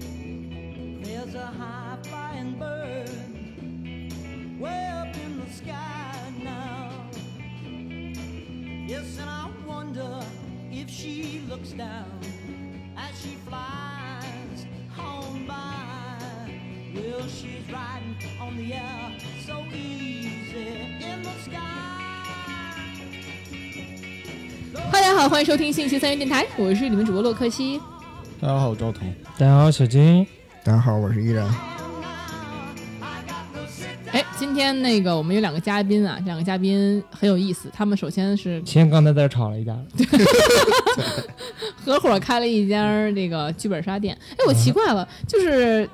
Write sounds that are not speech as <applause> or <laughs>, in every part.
There's a high flying bird way up in the sky now. Yes, and I wonder if she looks down as she flies home by. Well, she's riding on the air so easy in the sky. 大家好，欢迎收听信息三元电台，我是你们主播洛克西。大家好，我赵彤。大家好，小金。大家好，我是依然。哎，今天那个我们有两个嘉宾啊，这两个嘉宾很有意思。他们首先是秦刚才在这吵 <laughs> 了一架，合伙开了一家儿这个剧本杀店。哎，我奇怪了，就是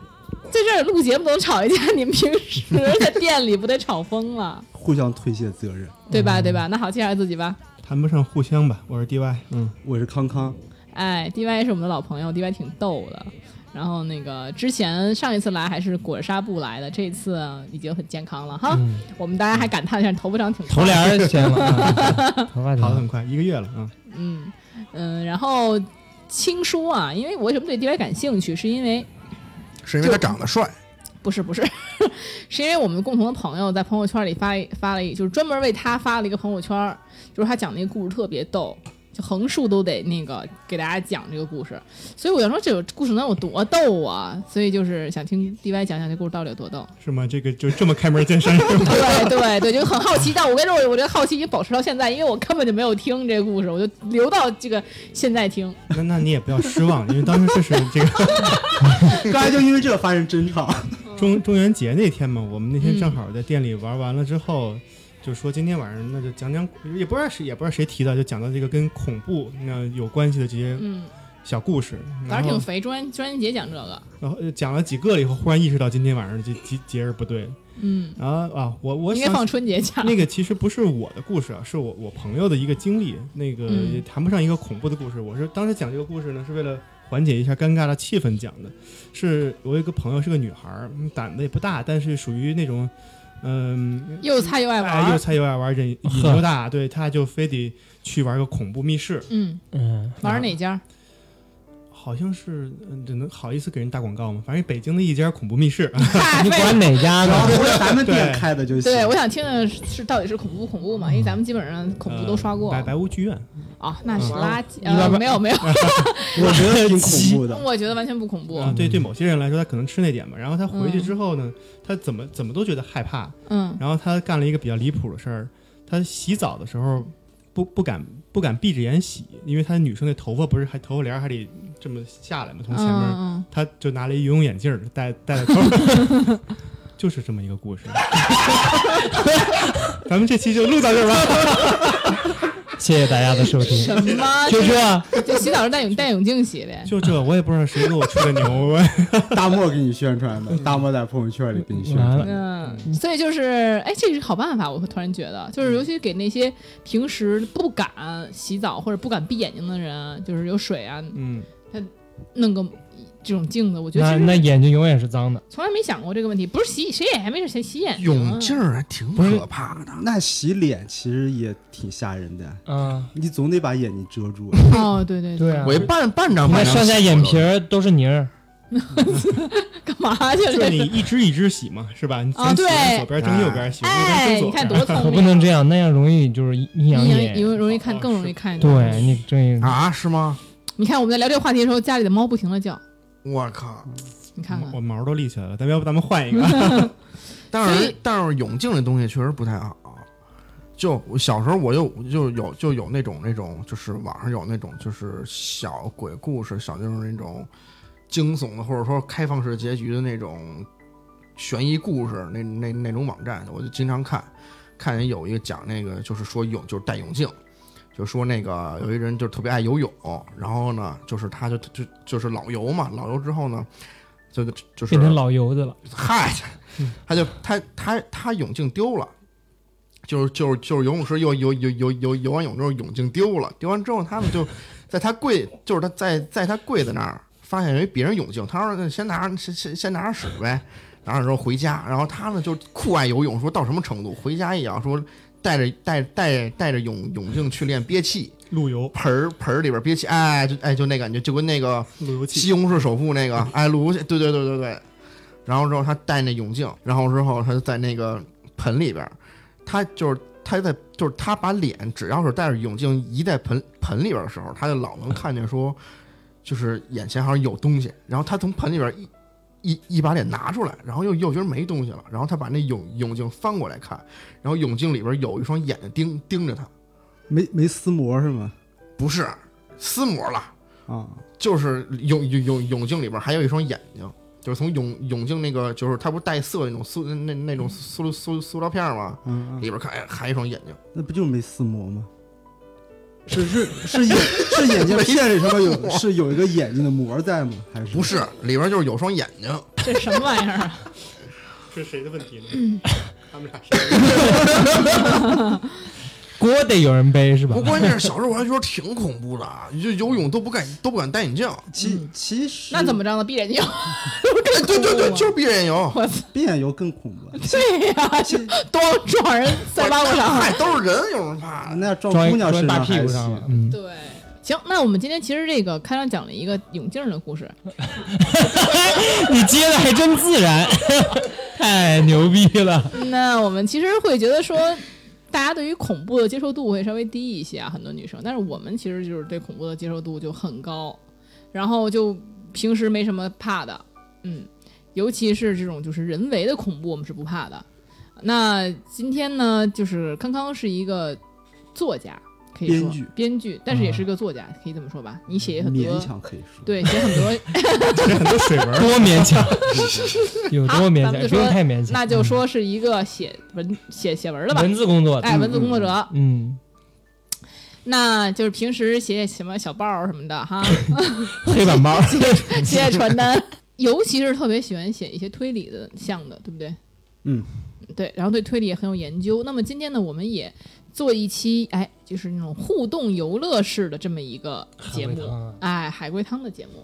在这儿录节目都吵一架，你们平时在店里不得吵疯了，互相推卸责任。对吧？对吧？那好，介绍自己吧。谈不上互相吧，我是 DY，嗯，我是康康，哎，D Y 是我们的老朋友，D Y 挺逗的。然后那个之前上一次来还是裹着纱布来的，这一次已经很健康了哈。我们大家还感叹一下，嗯头发长挺快头帘儿掀了， <laughs> 啊头嗯发好的了很快，一个月了啊。嗯嗯，然后轻说啊，因为我为什么对 DY 感兴趣，是因为是因为他长得帅，不是不 <laughs> 是，是因为我们共同的朋友在朋友圈里发一发了一，就是专门为他发了一个朋友圈儿，就是他讲那个故事特别逗，就横竖都得那个给大家讲这个故事，所以我想说这个故事能有多逗啊？所以就是想听 DY 讲讲这故事到底有多逗。 <laughs> 是吗？这个就这么开门见 <laughs> 山是吗？对对对，就很好奇。但我跟你说，我我这个好奇也保持到现在，因为我根本就没有听这个故事，我就留到这个现在听。 <laughs> 那那你也不要失望，因为当时这是这个刚才就因为这发生争 <laughs> 吵，嗯中中元节那天嘛，我们那天正好在店里玩完了之后，就说今天晚上那就讲讲，也不知道是也不知道谁提的，就讲到这个跟恐怖那有关系的这些嗯，小故事，反然正挺后肥。中元中元节讲这个，然后呃讲了几个了以后，忽然意识到今天晚上这节节日不对，嗯，然后啊，我我应该想放春节假。那个其实不是我的故事啊，是我我朋友的一个经历，那个嗯也谈不上一个恐怖的故事。我是当时讲这个故事呢，是为了缓解一下尴尬的气氛讲的。是我有一个朋友是个女孩儿，嗯胆子也不大，但是属于那种，嗯、又菜又爱玩哎，又儿，菜又爱玩， <laughs> 瘾瘾呵又大，对，她就非得去玩个恐怖密室，嗯，嗯，玩儿哪家？好像是，嗯，只能好意思给人打广告吗？反正北京的一家恐怖密室， <laughs> 太你费管哪家然后 <laughs> 呢？不是咱们店对开的就行。对，我想听的是到底是恐怖不恐怖嘛？因为咱们基本上恐怖都刷过呃白白屋剧院，啊，那嗯是垃圾，一呃般，般没有没有，我觉得挺恐怖的。我觉得完全不恐怖，啊，对对，某些人来说，他可能吃那点吧。然后他回去嗯之后呢，他怎么怎么都觉得害怕。嗯然后他干了一个比较离谱的事儿，他洗澡的时候不不敢不敢闭着眼洗，因为他女生那头发不是还头发帘儿还得这么下来嘛，从嗯前面，嗯，他就拿了一游泳眼镜儿戴戴在头上，就是这么一个 <laughs> 故事。咱们这期就录到这儿吧。谢谢大家的收嗯 <laughs> 听。什么？秋秋啊，就洗澡时戴泳戴泳镜洗的，就这，我也不知道谁给我吹的牛，我大漠给你宣传的，嗯大漠在朋友圈里给你宣完传。了，嗯，所以就是，哎，这是好办法，我会突然觉得，就是嗯尤其给那些平时不敢洗澡或者不敢闭眼睛的人，就是有水啊，嗯，弄个这种镜子，我觉得那其那实眼睛永远是脏的。从来没想过这个问题，不是洗谁也还没事谁洗眼睛啊，泳镜儿还挺可怕的。那洗脸其实也挺吓人的，嗯，你总得把眼睛遮住。啊哦，对对对啊我一半半张你半看张，上下眼皮儿都是泥儿。干嘛去了？就是你一只一只洗嘛，是吧？你啊先洗对左边正右边，洗右边哎，正左你边看。多聪可明，不能这样，那样容易就是哦阴阳阴阳眼。容容易看，更容易看见。对你这啊？是吗？你看我们在聊这个话题的时候，家里的猫不停的叫，我靠！你看啊看我。毛都立起来了，咱们要不咱们换一个？ <laughs> 但所是以哎但是泳镜这东西确实不太好。就我小时候我有就有就有那种那种就是网上有那种就是小鬼故事，小就是那种惊悚的或者说开放式结局的那种悬疑故事那那那种网站，我就经常看，看人有一个讲那个就是说泳就是戴泳镜。就说那个有一人就特别爱游泳，然后呢，就是他就就就是老游嘛，老游之后呢，就就就是变成老油子了。嗨，他就他他他泳镜丢了，就是就是就是游泳池游游游游游游完泳之后泳镜丢了，丢完之后他们就在他柜，就是他在在他柜子那儿发现有一别人泳镜，他说那先拿着先先先拿着使呗，拿着之后回家，然后他呢就酷爱游泳，说到什么程度，回家也要说带着带带带着泳泳镜去练憋气，路由盆儿盆儿里边憋气，哎就哎就那感觉，就跟那个路由器西红柿首富那个，哎卢，对对对对对。然后之后他戴那泳镜，然后之后他就在那个盆里边，他就是他在就是他把脸只要是戴着泳镜移在盆盆里边的时候，他就老能看见说，就是眼前好像有东西。然后他从盆里边一一一把脸拿出来，然后又又觉得没东西了，然后他把那泳泳镜翻过来看，然后泳镜里边有一双眼睛盯盯着他，没没撕膜是吗？不是撕膜了。啊，就是泳泳泳泳镜里边还有一双眼睛，就是从泳泳镜那个，就是它不是带色那种塑那那种塑塑塑料片儿吗？嗯，嗯里边看哎还有一双眼睛，那不就是没撕膜吗？是是是眼是眼镜片里什么有是有一个眼睛的膜在吗？还是不是里边就是有双眼睛，这什么玩意儿 <laughs> 啊？是谁的问题嗯呢？他们俩谁？锅得有人背是吧不？关键是小时候我还觉得挺恐怖的，啊就游泳都不敢都不敢戴 <laughs> 眼镜，其其实嗯那怎么着呢？闭着眼睛，对哎对对对， <laughs> 就是闭着眼游，啊我操！变油更恐怖啊？对呀、其咣撞人腮帮子上。嗨都是人，有什么怕的？那要撞装姑娘装身大上屁还股上行了，。嗯，对，行，那我们今天其实这个开场讲了一个泳镜的故事，你接的还真自然，太牛逼了。 <laughs> 那我们其实会觉得说，大家对于恐怖的接受度会稍微低一些啊，很多女生。但是我们其实就是对恐怖的接受度就很高，然后就平时没什么怕的，嗯，尤其是这种就是人为的恐怖，我们是不怕的。那今天呢，就是康康是一个作家，可以说编剧嗯编剧，但是也是个作家，可以这么说吧？你写很勉多，强可以说。对，写很多这很多水纹儿，多勉强，有多勉好咱们就强，不说用太勉强。那就说是一个写文写写文的吧，文字工作，哎，文字工作者，嗯，那就是平时写写什么小报儿什么的哈，黑板报，写写传单，尤其是特别喜欢写一些推理的项的，对不对？嗯，对，然后对推理也很有研究。那么今天呢，我们也做一期，哎，就是那种互动游乐式的这么一个节目，哎，海龟汤的节目。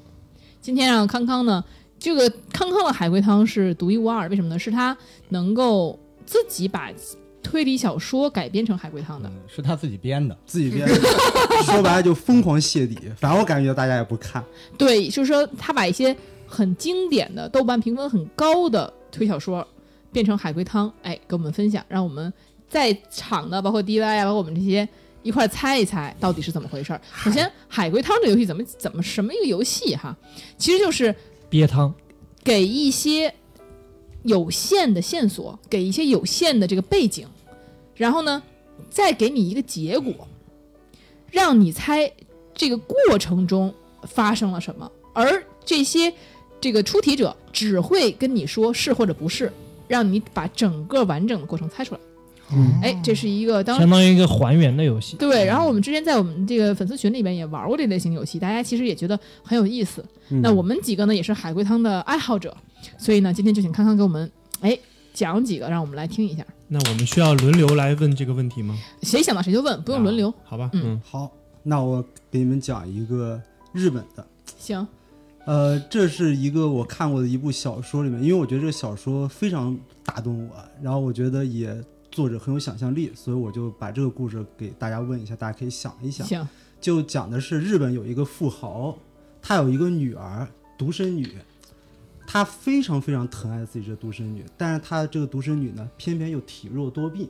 今天让康康呢，这个康康的海龟汤是独一无二，为什么呢？是他能够自己把推理小说改编成海龟汤的。嗯是他自己编的，自 <laughs> 己编，说白了就疯狂泄底，反正我感觉大家也不看。对，就是说他把一些很经典的、豆瓣评分很高的推小说变成海龟汤，哎，给我们分享，让我们在场的，包括 DY 啊，包括我们这些一块儿猜一猜到底是怎么回事儿。首先，海龟汤这游戏怎么怎么什么一个游戏哈？其实就是憋汤，给一些有限的线索，给一些有限的这个背景，然后呢，再给你一个结果，让你猜这个过程中发生了什么。而这些这个出题者只会跟你说是或者不是，让你把整个完整的过程猜出来。嗯，哎，这是一个当相当于一个还原的游戏。对，然后我们之前在我们这个粉丝群里边也玩过这类型游戏，大家其实也觉得很有意思。嗯那我们几个呢也是海龟汤的爱好者，所以呢，今天就请康康给我们哎讲几个，让我们来听一下。那我们需要轮流来问这个问题吗？谁想到谁就问，不用轮流。啊，好吧？嗯嗯，好，那我给你们讲一个日本的，行，呃，这是一个我看过的一部小说里面，因为我觉得这个小说非常打动我，然后我觉得也作者很有想象力，所以我就把这个故事给大家问一下，大家可以想一想。行，就讲的是日本有一个富豪，他有一个女儿，独生女，他非常非常疼爱自己这独生女，但是他这个独生女呢，偏偏又体弱多病，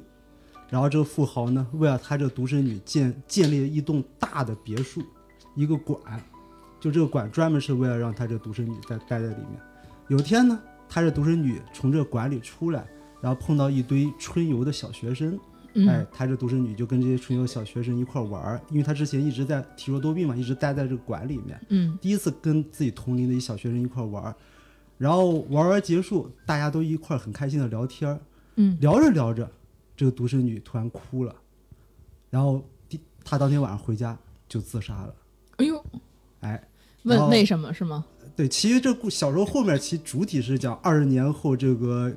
然后这个富豪呢，为了他这独生女建建立了一栋大的别墅，一个馆，就这个馆专门是为了让他这独生女在待在里面。有一天呢，他这独生女从这个馆里出来，然后碰到一堆春游的小学生，嗯，哎，她这独生女就跟这些春游小学生一块儿玩儿，因为她之前一直在体弱多病嘛，一直待在这个馆里面。嗯，第一次跟自己同龄的一小学生一块儿玩儿，然后玩儿完结束，大家都一块儿很开心的聊天儿，嗯聊着聊着，这个独生女突然哭了，然后第她当天晚上回家就自杀了。哎呦，哎，问然后为什么是吗？对，其实这故小说后面其实主体是讲二十年后这个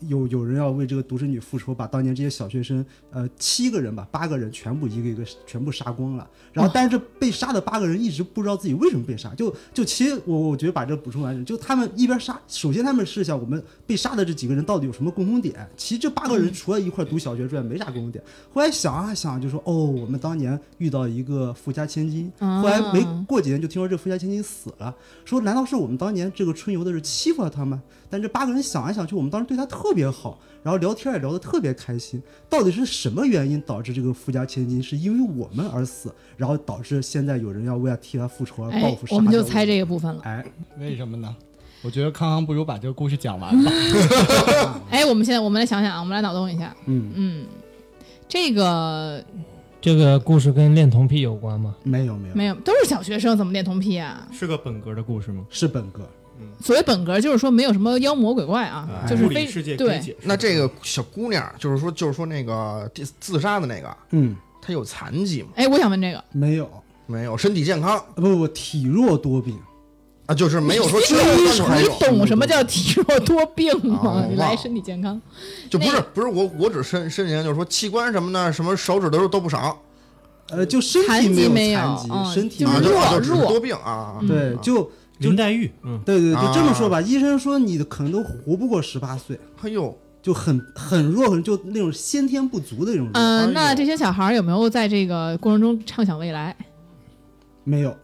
有有人要为这个独生女复仇，把当年这些小学生，呃，七个人吧，八个人全部一个一个全部杀光了。然后，但是这被杀的八个人一直不知道自己为什么被杀。就就其实我我觉得把这补充完整，就他们一边杀，首先他们是想我们被杀的这几个人到底有什么共同点？其实这八个人除了一块儿读小学之外没啥共同点。后来想啊想，就说哦，我们当年遇到一个富家千金，后来没啊过几年就听说这富家千金死了，说难道是我们当年这个春游的人欺负了他们？但这八个人想来想去，我们当时对他特别好，然后聊天也聊得特别开心。到底是什么原因导致这个富家千金是因为我们而死，然后导致现在有人要为了替他复仇而报哎复、，杀我们就掉猜这个部分了。哎，为什么呢？我觉得康康不如把这个故事讲完吧。哎，我们现在我们来想想啊，我们来脑洞一下，嗯，嗯，这个这个故事跟恋童癖有关吗？没有没有没有，都是小学生，怎么恋童癖啊？是个本格的故事吗？是本哥，所谓本格，就是说没有什么妖魔鬼怪啊，啊就是物理非世界可以对解释。那这个小姑娘，就是说，就是说那个第自杀的那个，嗯，她有残疾吗？哎，我想问这个，没有，没有，身体健康啊不不不，体弱多病，啊，就是没有说你吃喝穿没你有，懂什么叫体弱多病吗哦？你来忘了身体健康，就不那是不是我我只申申言，就是说器官什么的，什么手指头都不少啊，呃，就身残体疾没没有有残疾，嗯身就体就是啊没有就弱只是弱多病啊，啊嗯对，就林黛玉，嗯，对对，就这么说吧，啊医生说你可能都活不过十八岁，哎呦，就很很弱，很就那种先天不足的那种弱，嗯、哎呦那这些小孩儿有没有在这个过程中畅想未来？没有，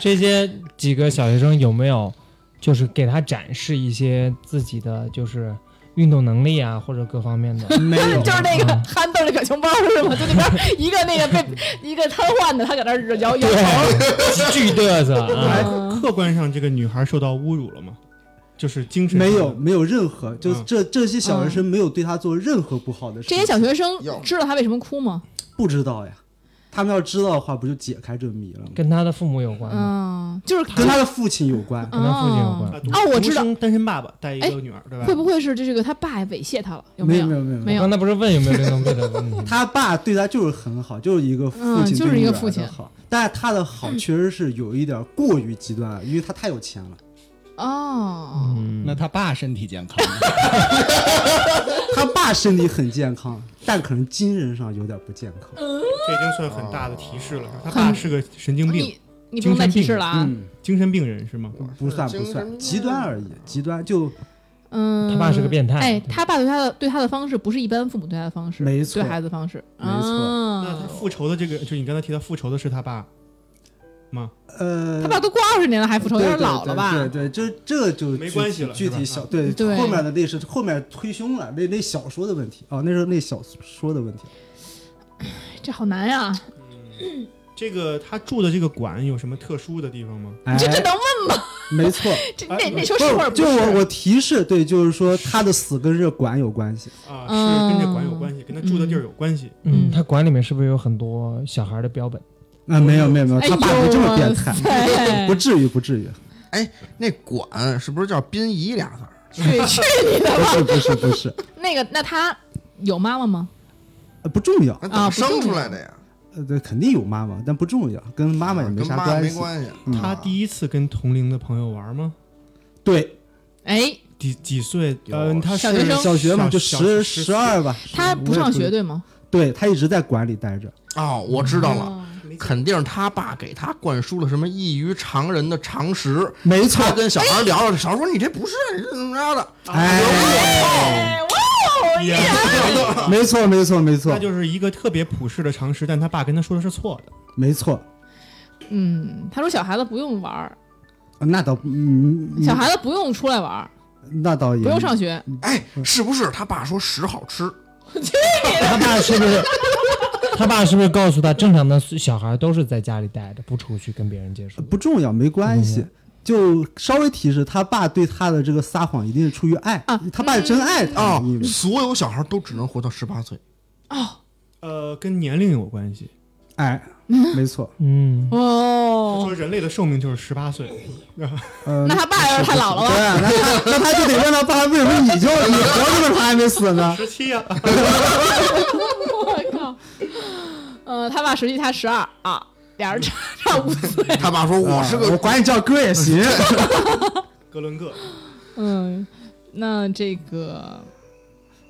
这些几个小学生有没有就是给他展示一些自己的就是运动能力啊，或者各方面的？ <laughs> 没 <laughs> 有，就是那个嗯憨豆的小熊包是吗？就那边一个那个被一个瘫痪的，他搁那儿摇摇头。巨嘚瑟啊！嗯客观上这个女孩受到侮辱了吗？就是精神上没有的，没有任何，就嗯这这些小学生没有对他做任何不好的事这情。些小学生要知道他为什么哭吗？不知道呀，他们要知道的话，不就解开这谜了吗？跟他的父母有关吗？嗯，就是跟他的父亲有关，跟他父亲有啊关。独哦我知道独生单身爸爸带一哎个女儿，对吧？会不会是这这个他爸猥亵他了？有没嗯有？没有没有没我刚才不是问有没有恋童癖的问题吗？他爸对他就是很好，就是一个父嗯亲，就是一个父亲嗯好，但是他的好确实是有一点过于极端了，因为他太有钱了。哦，那他爸身体健康， <laughs> 他爸身体很健康，但可能精神上有点不健康。这已经算很大的提示了。他爸是个神经病，你你不能再提示了啊。嗯，精神病人是吗？不算是不精神算，病极端而已，极端就嗯，他爸是个变态哎，他爸对他的对他的方式不是一般父母对他的方式，没错对孩子的方式，没错啊那他复仇的这个，就你刚才提到复仇的是他爸吗？呃，他爸都过二十年了还复仇，有点老了吧？对对对对，这这就没具关系了具是吧体小对对后面的那是后面推凶了，那那小说的问题啊，那是那小说的问题。这好难啊呀、这个他住的这个馆有什么特殊的地方吗？哎，这这能问？没错， <laughs> 这哎那那说啊不是或者是不？就是我我提示对，就是说他的死跟这馆有关系，啊，嗯是跟这馆有关系，跟他住的地儿有关系。嗯嗯，他馆里面是不是有很多小孩的标本？啊，没有没有没有，哎他爸没这么变态，呦不至于不 <laughs> 至于，那管是不是叫殡仪俩字儿？去 <laughs> 去你的不吧！是不是不是，那个，那他有妈妈吗？呃不重要，那怎啊么不重生出要来的呀？呃对，肯定有妈妈，但不重要，跟妈妈也没啊跟啥妈没系。关系。嗯他第一次跟同龄的朋友玩吗？对，哎，几几岁？有嗯，他是小学生小学嘛，就小十十十，二吧，他我不也上学对吗？对他一直在馆里待着。哦，我知道了，哦肯定是他爸给他灌输了什么异于常人的常识。没他跟小孩聊聊，小孩说你这不是你这怎么着的？哎，哎，哇哦，也没错，没错，没他错，就是一个特别普世的常识，但他爸跟他说的是错的。没错。嗯，他说小孩子不用玩儿，那倒，嗯，嗯小孩子不用出来玩儿，那倒也不用上学。哎，是不是他爸说屎好吃？他爸是不是？他爸是不是告诉他，正常的小孩都是在家里待着，不出去跟别人接触？不重要，没关系嗯。就稍微提示，他爸对他的这个撒谎一定是出于爱啊，嗯他爸是真爱他哦你，所有小孩都只能活到十八岁。呃，跟年龄有关系。哎，没错，嗯，他哦说，人类的寿命就是十八岁，呃那，他爸要是太老了对吧？啊，那他那他就得问他爸，为什么你就你活着呢，他还没死呢？十七啊呀。嗯 <laughs> 我靠，呃，他爸实际他十二啊，俩人差差五岁。他爸说我是啊我 <laughs> 个管你叫哥也行。哥伦克，嗯，那这个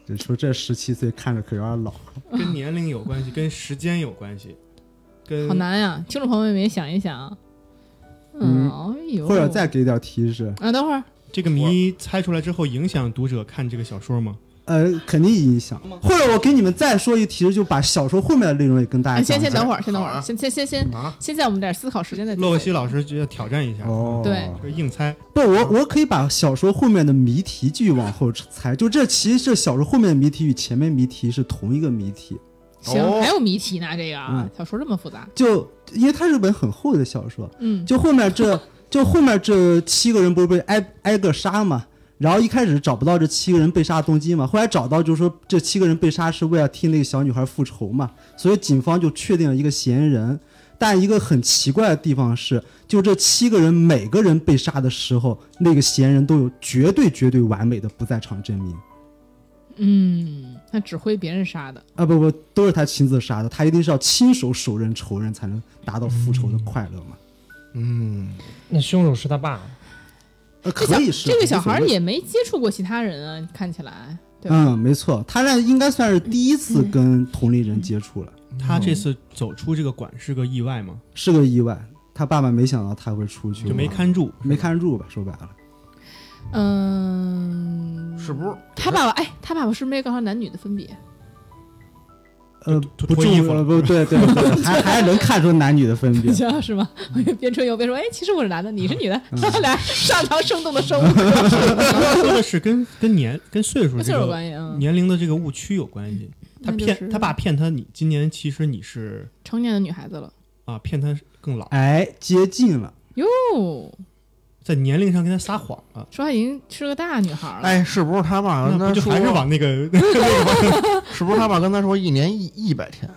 你说这十七岁看着可有点老，跟年龄有关系，跟时间有关系，跟好难呀、听众朋友们也想一想啊。嗯，哎呦，或者再给点提示，啊，等会儿这个谜猜出来之后影响读者看这个小说吗？呃，肯定影响。或者我给你们再说一提示，就把小说后面的内容也跟大家啊讲。先先等会儿，好先等会儿，啊先先先先啊，先在我们这儿思考时间再。洛克西老师就要挑战一下，哦，对就是硬猜。不，我我可以把小说后面的谜题继续往后猜，就这其实这小说后面的谜题与前面谜题是同一个谜题，行，哦还有谜题呢，这个啊嗯小说这么复杂，就因为它是本很厚的小说，嗯，就后面这就后面这七个人不是被挨挨个杀嘛，然后一开始找不到这七个人被杀的动机嘛，后来找到就是说这七个人被杀是为了替那个小女孩复仇嘛，所以警方就确定了一个嫌疑人。但一个很奇怪的地方是，就这七个人每个人被杀的时候，那个嫌疑人都有绝对绝对完美的不在场证明嗯，他指挥别人杀的，啊！不不，都是他亲自杀的，他一定是要亲手手刃仇人，才能达到复仇的快乐嘛。嗯，那凶手是他爸，呃，这小可以是这个无所小孩儿谓也没接触过其他人啊，看起来，对吧？嗯，没错，他那应该算是第一次跟同龄人接触了，他这次走出这个馆是个意外吗？是个意外。他爸爸没想到他会出去，就没看住，没看住吧？说白了，嗯，是不是？他爸爸，哎，他爸爸是没有告诉男女的分别，。呃，脱不脱衣重服要，了不 <laughs> 对，对对，还还是能看出男女的分别嗯是吗？我就边吹牛边说，哎，其实我是男的，你是女的，咱俩上堂生动的生物课，他说的是跟跟年跟岁数 <laughs> 就是这有个关系啊。年龄的这个误区有关系。他那就骗是他爸骗他，你今年其实你是成年的女孩子了啊骗他更老，哎，接近了，哦，在年龄上跟他撒谎了，说她已经是个大女孩了。哎，是不是他爸跟那他不就说还是往那 <laughs> 个是不是他爸跟他说一年一一百天？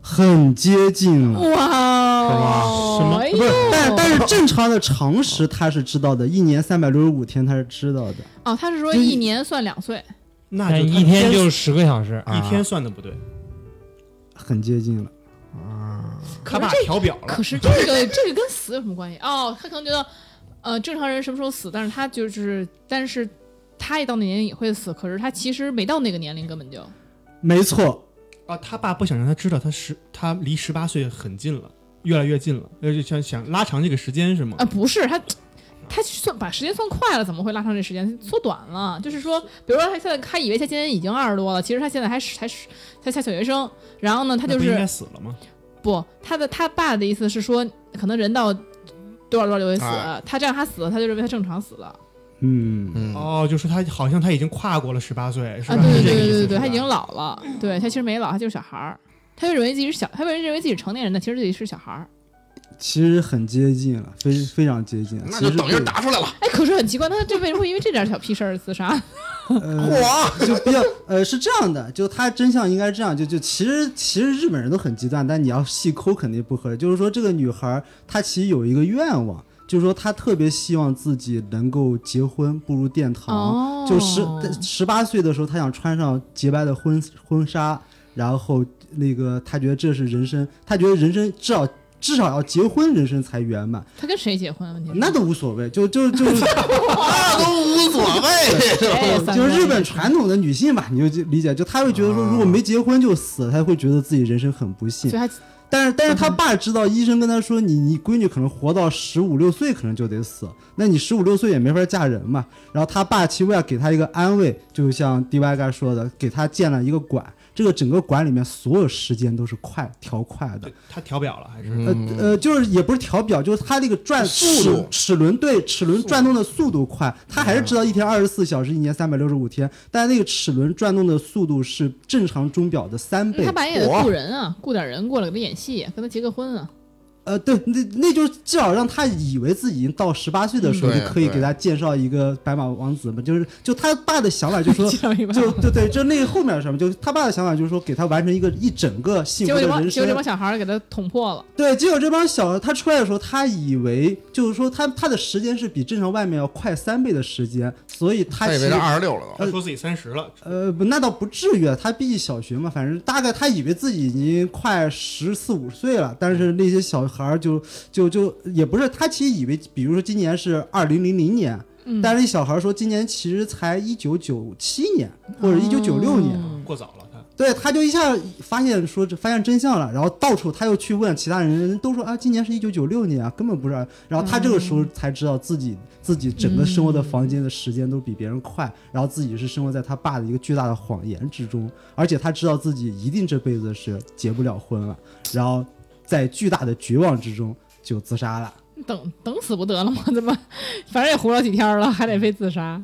很接近哦了。哇哦，是吗哎不呦是，但但是正常的常识他是知道的，一年三百六十五天他是知道的。哦，他是说就是一年算两岁，那但就他一天就十个小啊时，一天算的不对，很接近了，他是爸这调表了可。是这个这个跟死有什么关系？哦，他可能觉得，呃，正常人什么时候死，但是他就是，但是他也到那年龄也会死，可是他其实没到那个年龄，根本就没错，啊，他爸不想让他知道他十，他离十八岁很近了，越来越近了，呃，就想想拉长这个时间是吗？啊，不是他。他算把时间算快了，怎么会拉长这时间？缩短了，就是说，比如说他现在他以为他今年已经二十多了，其实他现在还是才是才下小学生。然后呢，他他就应是该死了吗？不，他的他爸的意思是说，可能人到多少多少就会死，哎他这样他死了，他就认为他正常死了啊，嗯，嗯，哦，就说他好像他已经跨过了十八岁，是吧？啊对对是这个对意对思对是对，吧他已经老了，对他其实没老，他就是小孩儿，他就认为自己是小，他为认为自己是成年人的，其实自己是小孩儿，其实很接近了，非非常接近了。那其嗯就实等于对是答出来了。哎，可是很奇怪，那他这为什么会因为这点小屁事儿自杀？ <laughs> 呃嚯，就比较呃是这样的，就它真相应该这样，就就其实其实日本人都很极端，但你要细抠肯定不合适。就是说这个女孩儿她其实有一个愿望，就是说她特别希望自己能够结婚步入殿堂，哦，就十十八岁的时候她想穿上洁白的婚婚纱，然后那个她觉得这是人生，她觉得人生至少至少要结婚人生才圆满，他跟谁结婚啊？问题是那都无所谓，就就就。就那都无所谓。哎三就是观日本传统的女性吧，你就就理解，就她会觉得说，如果没结婚就死，她会觉得自己人生很不所以幸。他但是，但是她嗯爸知道，医生跟她说，你你闺女可能活到十五六岁，可能就得死，那你十五六岁也没法嫁人嘛。然后她爸其实为了给她一个安慰，就像 D Y 刚说的，给她建了一个馆，这个整个馆里面所有时间都是快调快的，对他调表了还嗯是？呃呃，就是也不是调表，就是它这个转速齿度齿轮对齿轮转动的速度快，它还是知道一天二十四小时，一年三百六十五天，但是那个齿轮转动的速度是正常钟表的三嗯倍他。爸也得我雇人啊，雇点人过来给他演戏，跟他结个婚啊。。呃，对，那那就是至少让他以为自己已经到十八岁的时候，嗯就对可以对给他介绍一个白马王子嘛，就是就他爸的想 <laughs> 法，就是说 <laughs> 介绍一半就对对，就那个后面的什么，就是他爸的想法，就是说给他完成一个一整个幸结福果的这帮人结果生这。帮小孩儿给他捅破了，对，结果这帮小他出来的时候，他以为就是说他他的时间是比正常外面要快三倍的时间，所以他他其以为实他二十六了他说自己三十了，呃不，那倒不至于，他毕竟小学嘛，反正大概他以为自己已经快十四五岁了，但是那些小孩儿就就就也不是，他其实以为，比如说今年是二零零零年，嗯但是那小孩说今年其实才一九九七年或者一九九六年，嗯过早了，他对，他就一下发现说这发现真相了，然后到处他又去问其他人，人都说啊，今年是一九九六年啊，根本不是啊。然后他这个时候才知道自己自己整个生活的房间的时间都比别人快，然后自己是生活在他爸的一个巨大的谎言之中，而且他知道自己一定这辈子是结不了婚了，然后在巨大的绝望之中就自杀了。等等死不得了吗？怎么，反正也活不了几天了，还得被自杀。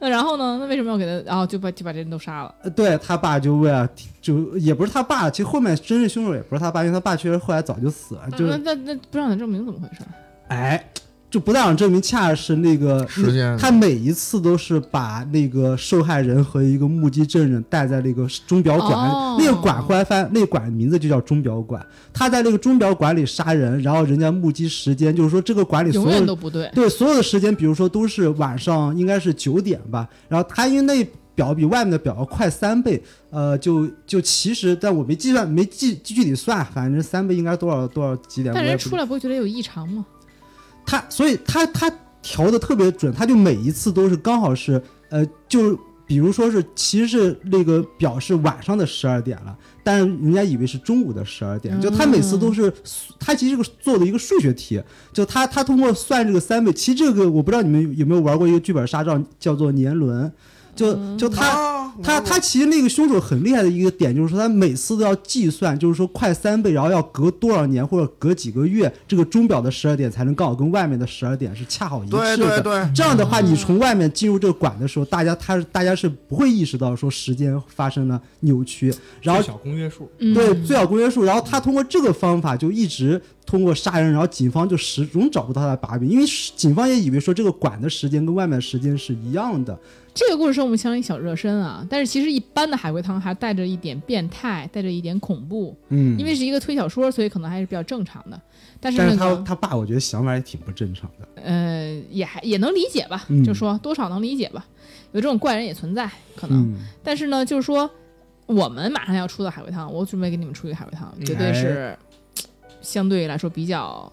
那然后呢？那为什么要给他？然、后就把就把这人都杀了。呃，对他爸就为了就也不是他爸，其实后面真正凶手也不是他爸，因为他爸确实后来早就死了，啊就是那那那不让他证明怎么回事？哎，就不但想证明，恰恰是那个时间他每一次都是把那个受害人和一个目击证人带在那个钟表馆，哦那个馆后来发现那个馆的名字就叫钟表馆。他在那个钟表馆里杀人，然后人家目击时间就是说这个馆里永所有远的都不对。对，所有的时间，比如说都是晚上，应该是九点吧。然后他因为那表比外面的表要快三倍，呃，就就其实，但我没计算，没计具体算，反正三倍应该多少多少几点。但我也人不知出道来不会觉得有异常吗？他，所以他他调的特别准，他就每一次都是刚好是，呃，就是比如说是，其实是那个表是晚上的十二点了，但是人家以为是中午的十二点，就他每次都是，他其实这个做的一个数学题，就他他通过算这个三倍，其实这个我不知道你们有没有玩过一个剧本杀叫叫做年轮，就就他。啊他他其实那个凶手很厉害的一个点就是说，他每次都要计算，就是说快三倍，然后要隔多少年或者隔几个月，这个钟表的十二点才能刚好跟外面的十二点是恰好一致对的。对对，这样的话，你从外面进入这个馆的时候，大家他是大家是不会意识到说时间发生了扭曲，然后最小公约数，嗯，对，最小公约数。然后他通过这个方法就一直通过杀人，然后警方就始终找不到他的把柄，因为是警方也以为说这个馆的时间跟外面的时间是一样的。这个故事是我们相一小热身啊，但是其实一般的海龟汤还带着一点变态，带着一点恐怖，嗯因为是一个推小说，所以可能还是比较正常的。但是但那是他个他爸，我觉得想法也挺不正常的。呃，也还也能理解吧，嗯就说多少能理解吧，有这种怪人也存在可能。嗯，但是呢，就是说我们马上要出的海龟汤，我准备给你们出一个海龟汤，绝哎对是相对来说比较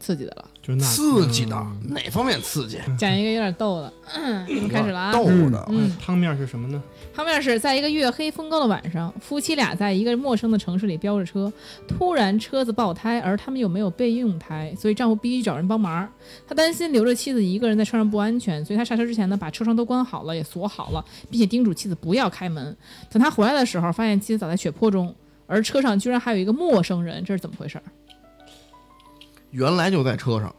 刺激的了。就是那刺激的嗯哪方面刺激？嗯讲一个有点逗的， <coughs> 开始了啊。逗的，嗯，哎汤面是什么呢？汤面是在一个月黑风高的晚上，夫妻俩在一个陌生的城市里飙着车，突然车子爆胎，而他们又没有备用胎，所以丈夫必须找人帮忙。他担心留着妻子一个人在车上不安全，所以他下车之前呢，把车窗都关好了，也锁好了，并且叮嘱妻子不要开门。等他回来的时候，发现妻子倒在血泊中，而车上居然还有一个陌生人，这是怎么回事儿？原来就在车上，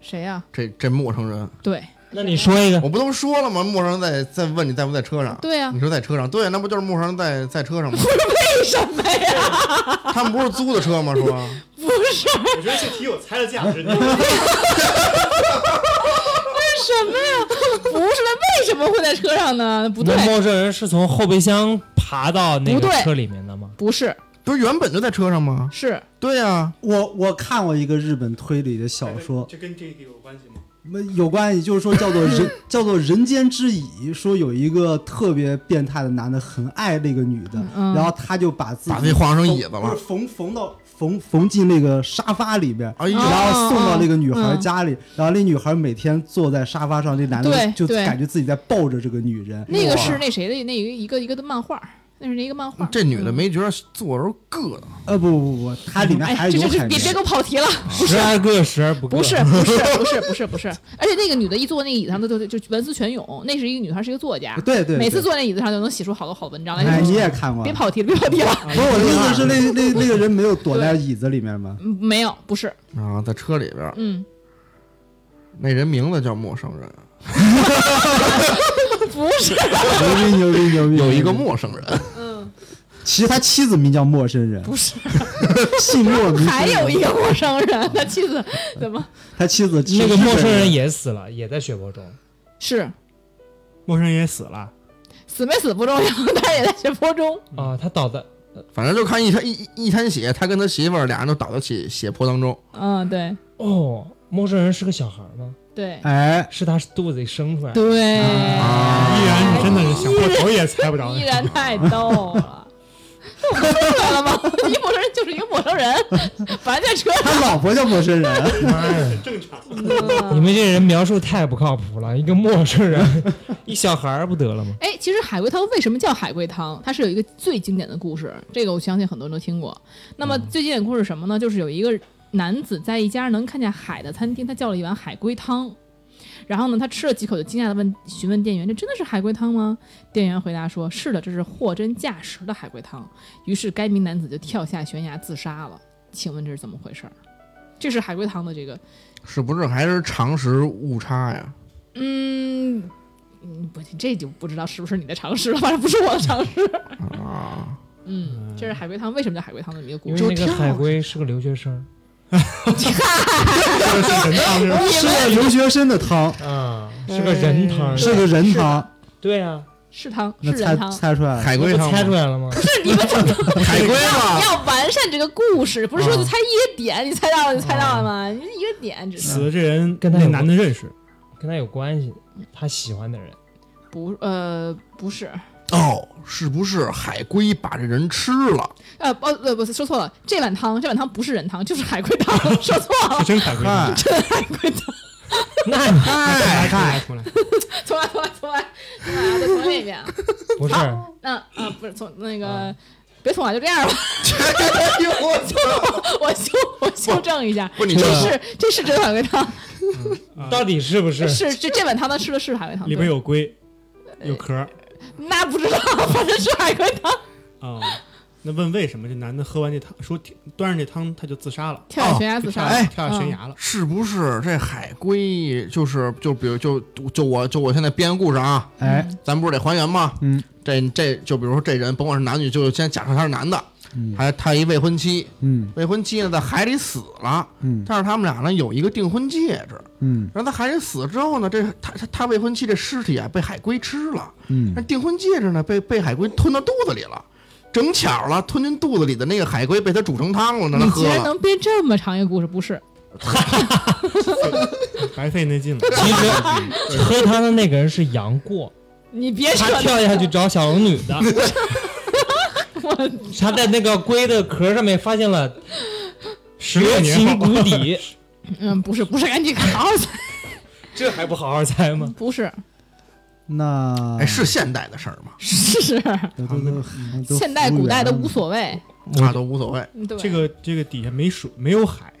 谁呀、这这陌生人，对那你说一个，我不都说了吗？陌生人在在问你在不在车上？对呀、啊你说在车上，对，那不就是陌生人在在车上吗？为什么呀？他们不是租的车吗？说不是我觉得这题有猜的价值，什么呀？不是，那为什么会在车上呢？不对那，陌生人是从后备箱爬到那不个对车里面的吗？不是，不是原本就在车上吗？是。对呀、我我看过一个日本推理的小说，这跟这个有关系吗？那有关系，就是说叫 <laughs> 做人叫做人间之蚁，说有一个特别变态的男的很爱那个女的，嗯然后他就把自己把自己晃成椅子不是了。缝缝到缝缝进那个沙发里边。哎呦，啊然后送到那个女孩嗯嗯家里，然后那女孩每天坐在沙发上，那男对的就对感觉自己在抱着这个女人。那个哇是那谁的那一个一个的漫画，那是一个漫画。这女的没觉得坐着硌的，呃，不不不，它里面还哎，是这有这海这绵啊别。别给我跑题了，时而个，时而不个。不 <laughs> 是不是不是不是不是，而且那个女的一坐那个椅子上，她就就就文思泉涌。那是一个女孩，是一个作家，对对对，每次坐那椅子上就能写出好多好文章来。哎，就你是也看过？别跑题了，别跑题了。不是我的意思是那那那个人没有躲在椅子里面吗？嗯没有，不是，然后在车里边儿，嗯，那人名字叫陌生人，不是，牛逼牛逼牛逼！有一个陌，陌生人，嗯，其实他妻子名叫陌生人，不是， <laughs> 姓莫名。还有一个陌生人，他妻子怎么他妻子那个陌生人也也死了，也在血泊中。是陌生人也死了，死没死不重要， <laughs> 但是也在血泊中。啊，他倒在反正就看一滩一一一滩血，他跟他媳妇儿俩人都倒在血血泊当中。嗯，对哦，陌生人是个小孩吗？对哎，啊是他肚子里生出来的。对，依然你真的是想破 <laughs> 头也猜不着依。然太逗了。我说出来了吗？一陌生人就是一个陌陌生人，完全扯。他老婆叫陌生人，妈呀！正常。你们这人描述太不靠谱了，一个陌生人， <laughs> 一小孩儿不得了吗？哎，其实海龟汤为什么叫海龟汤？它是有一个最经典的故事，这个我相信很多人都听过。那么最经典的故事是什么呢？就是有一个男子在一家能看见海的餐厅，他叫了一碗海龟汤。然后呢，他吃了几口就惊讶的问询问店员：“这真的是海龟汤吗？”店员回答说：“是的，这是货真价实的海龟汤。”于是该名男子就跳下悬崖自杀了。请问这是怎么回事儿？这是海龟汤的这个，是不是还是常识误差呀？嗯嗯，不，这就不知道是不是你的常识了，反正不是我的常识。啊，嗯，这是海龟汤为什么叫海龟汤的一个因故为事。那个海龟是个留学生是个留学生的汤，哎啊，是个人汤，是个人汤，对啊，是汤，是那猜人汤。猜出来了。海不龟汤猜出吗，来了吗？不是你们怎么海龟啊要嘛，要完善这个故事？不是说就猜一个点，你猜到了，你猜到了吗？你一个点只 <laughs> 是死的这人跟他那有男的认识，跟他有关系，他喜欢的人，不呃不是哦，是不是海龟把这人吃了？ <laughs> 呃哦呃不是说错了，这碗汤这碗汤不是人汤，就是海龟汤， <laughs> 说错了是，真海龟汤。嗨，这海龟汤，那你看 <laughs> 看出来，重来重来重来重来啊，再重来一遍啊。不是那啊、不是从那个。别重来，就这样吧。 <laughs> 哎呦我操！我修我修正一下，不是你这这是这是真海龟汤，到底是不 <laughs> 是？是这这碗汤他吃的是海龟汤，里对边有龟，有壳儿那不知道，反正是海龟汤，啊。那问为什么这男的喝完这汤，说端上这汤他就自杀了，跳下悬崖自杀。嗯就哎哦跳下悬崖了。是不是这海龟就是就比如就就我就我现在编故事啊，哎，咱不是得还原吗？嗯，这这就比如说这人甭管是男女，就先假设他是男的，嗯还他一未婚妻，嗯未婚妻呢在海里死了，嗯但是他们俩呢有一个订婚戒指，嗯然后他海里死了之后呢，这他他他未婚妻这尸体啊被海龟吃了，那嗯，订婚戒指呢被被海龟吞到肚子里了。整巧了，吞进肚子里的那个海龟被他煮成汤了，让他你喝竟然了。能编这么长一个故事，不是？白费那劲了。其实喝汤的那个人是杨过，你别扯他淡，跳下去找小龙女的，我 <laughs> 他在那个龟的壳上面发现了十六绝年情后，谷底，嗯，不是，不是，赶紧好好猜， <laughs> 这还不好好猜吗？不是，那哎，是现代的事儿吗？是都都都嗯现代、古代都嗯无所谓，那都无所谓。嗯对吧这个这个底下没水，没有海，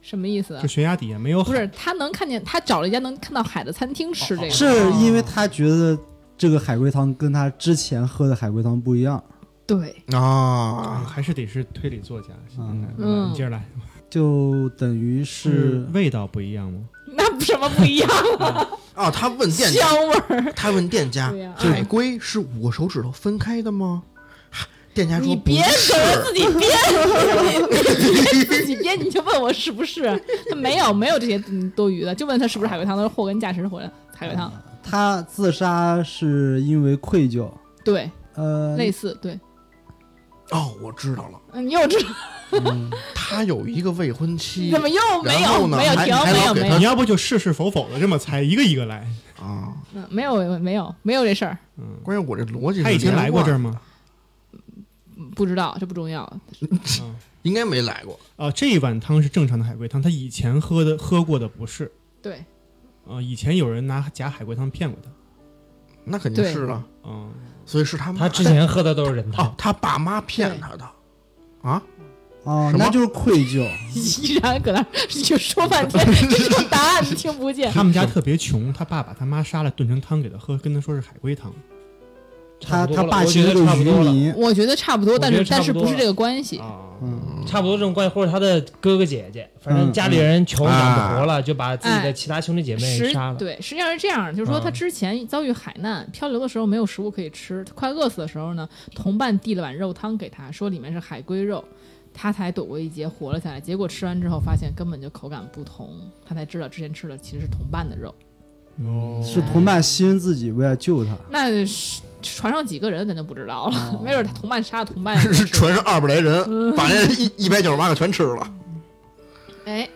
什么意思啊这？悬崖底下没有海。不是，他能看见，他找了一家能看到海的餐厅吃这个，哦是因为他觉得这个海龟汤跟他之前喝的海龟汤不一样，对， <laughs> 啊，嗯还是得是推理作家。嗯嗯，你接着来，就等于嗯是味道不一样吗？那什么不一样？啊，他问店香家，味儿，他问店家对呀，海龟是五个手指头分开的吗？店家说你别不扯是，着自己编，你别自己编，你就问我是不是？他没有，没有这些嗯多余的，就问他是不是海龟汤，他说货跟价实是货海龟汤，他自杀是因为愧疚，对，呃，类似，对，哦，我知道了，嗯，又这他有一个未婚妻怎么又没然有后呢没有还停还没老有给没他有你要不就是是否否的这么猜，一个一个来。啊。嗯没有没有没有这事儿，嗯，关键我这逻辑是他以前连来过贯这儿吗？不知道这不重要。应该没来过。啊，这一碗汤是正常的海龟汤，他以前喝的喝过的不是。对， <laughs> 啊，以前有人拿假海龟汤骗过他。那肯定是了，嗯，所以是他妈他之前喝的都是人汤哦，，他爸妈骗他的啊，哦，什么那就是愧疚，依然搁那儿就说半天，这是个答案你听不见。他们家特别穷，他爸把他妈杀了，炖成汤给他喝，跟他说是海龟汤。他差不他多了爸我其觉实得就差是不渔多了，民，我觉得差不多，我觉但得是差但不是多不是这个关系？啊，嗯，差不多这种关系，或者他的哥哥姐姐，反嗯正啊家里人穷嗯。养不活了，就把自己的其他兄弟姐妹实杀了。对，实际上是这样的，就是说嗯他之前遭遇海难、漂流的时候没有食物可以吃，快饿死的时候呢，同伴递了碗肉汤给他，说里面是海龟肉，他才躲过一劫，活了下来。结果吃完之后发现根本就口感不同，他才知道之前吃的其实是同伴的肉。嗯哦是同伴牺牲自己为了救他，那是船上几个人咱就不知道了， <laughs> 没准他同伴杀了同伴 <laughs> 是船上二百来嗯人，把那一一百九十八个全吃了。哎，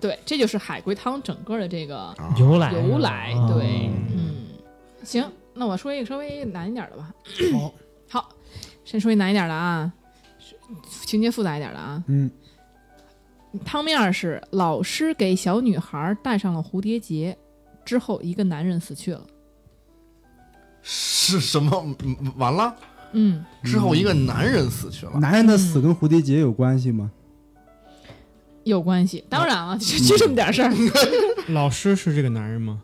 对，这就是海龟汤整个的这个由来啊由来。啊对，嗯，行， <clears throat> 那我说一个稍微难一点的吧。好，先说一难一点的啊。情节复杂一点的啊。嗯，汤面儿是老师给小女孩戴上了蝴蝶结，之后一个男人死去了。是什么？嗯完了嗯，之后，一个男人死去了。男人的死跟蝴蝶结有关系吗？有关系。当然了，就就这么点事儿，老师是这个男人吗？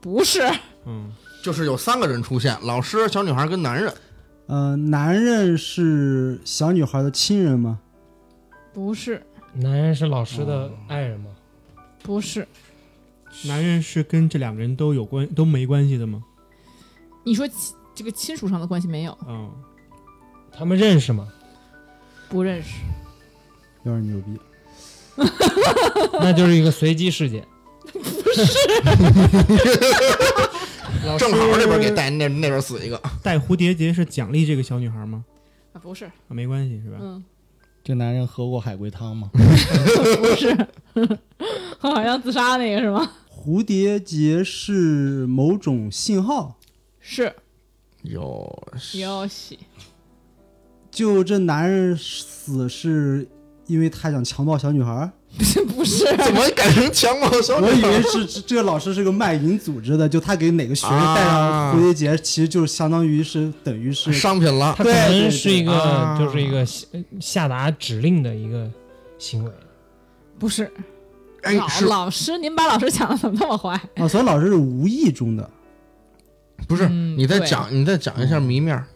不是嗯，就是有三个人出现：老师、小女孩跟男人。呃，男人是小女孩的亲人吗？不是男人是老师哦的爱人吗？不是。男人是跟这两个人都有关都没关系的吗？你说亲这个亲属上的关系没有？嗯，他们认识 <laughs> 吗？不认识。有点牛逼。那就是一个随机事件。老师正好这边给带，那那边死一个。戴蝴蝶结是奖励这个小女孩吗？啊，不是，啊，没关系是吧？嗯，这男人喝过海龟汤吗？不是， <laughs> 好像自杀那个是吗？蝴蝶结是某种信号， <laughs> <laughs> 是有有戏，就这男人死是因为他想强暴小女孩。不是 <laughs> 不是， <laughs> 怎么改成强暴小我女以孩？为是这这个老师是个卖淫组织的，就他给哪个学生戴上蝴蝶结，其实就是相当于是等于是商品了。他对可对能是一个啊就是一个下下达指令的一个行为。不是。哎，老是老师，您把老师讲的怎么那么坏？啊，所以老师是无意中的。不是？嗯你再对讲，你再讲一下谜面儿。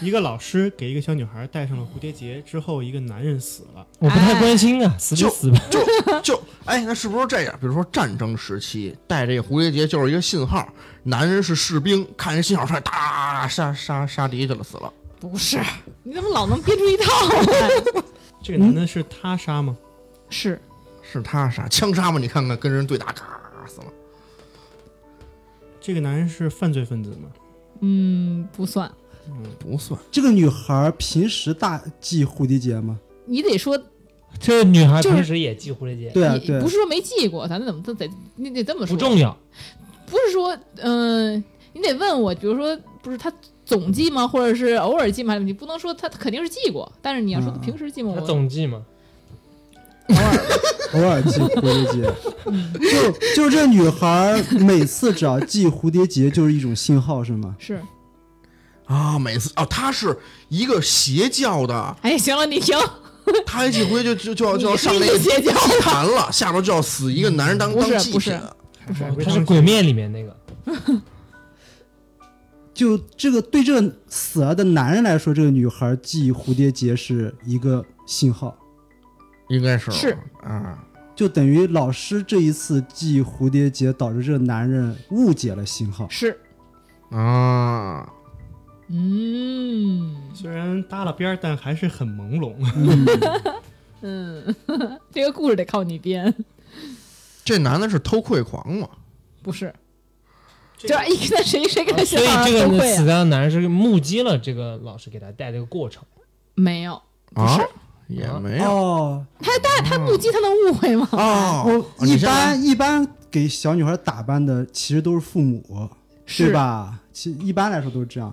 一个老师给一个小女孩戴上了蝴蝶结之后，一个男人死了，我不哎太关心啊，死就就死嗯 <laughs> 吧。就哎，那是不是这样？比如说战争时期，戴这个蝴蝶结就是一个信号，男人是士兵，看人信号出来，哒杀杀杀敌去了，死了。不是，你怎么老能编出一套来？这个男的是他杀吗？ <laughs> 是是他杀枪杀吗？你看看跟人对打，咔死了。这个男人是犯罪分子吗？ <laughs> 嗯，不算。不算，这个女孩平时大系蝴蝶结吗？你得说，这女孩就是平时也系蝴蝶结，对啊，你对啊不，是说没记过，咱怎么都得你得这么说，不重要。不是说，嗯、你得问我，比如说，不是他总记吗？或者是偶尔记吗？你不能说他他肯定是记过，但是你要说他嗯平时记吗？他我总记嘛，偶尔系蝴蝶结。嗯 <laughs> 就就这女孩每次只要系蝴蝶结就是一种信号，是吗？是，啊，每次哦，他是一个邪教的，哎，行了，你停，他一起回去就就就要就要你上是那一个个邪教祭坛了，下边就要死一个男人当不当是祭不品是。不是还会他当是《时鬼灭》里面那个。就这个对这个死了的男人来说，这个女孩系蝴蝶结是一个信号，应该是是啊，就等于老师这一次系蝴蝶结导致这个男人误解了信号。是，啊，嗯虽然搭了边儿，但还是很朦胧。 <laughs> 嗯，这个故事得靠你编，这男的是偷窥狂嘛？不是，就是一个谁谁跟他所学以好这像都个会死啊，掉的男人是目击了这个老师给他带这个过程，没有，不啊是，，也没有哦，但他目击他能误会吗？啊。我哦你一先来般一般给小女孩打扮的其实都是父母，对是？吧？其一般来说都是这样。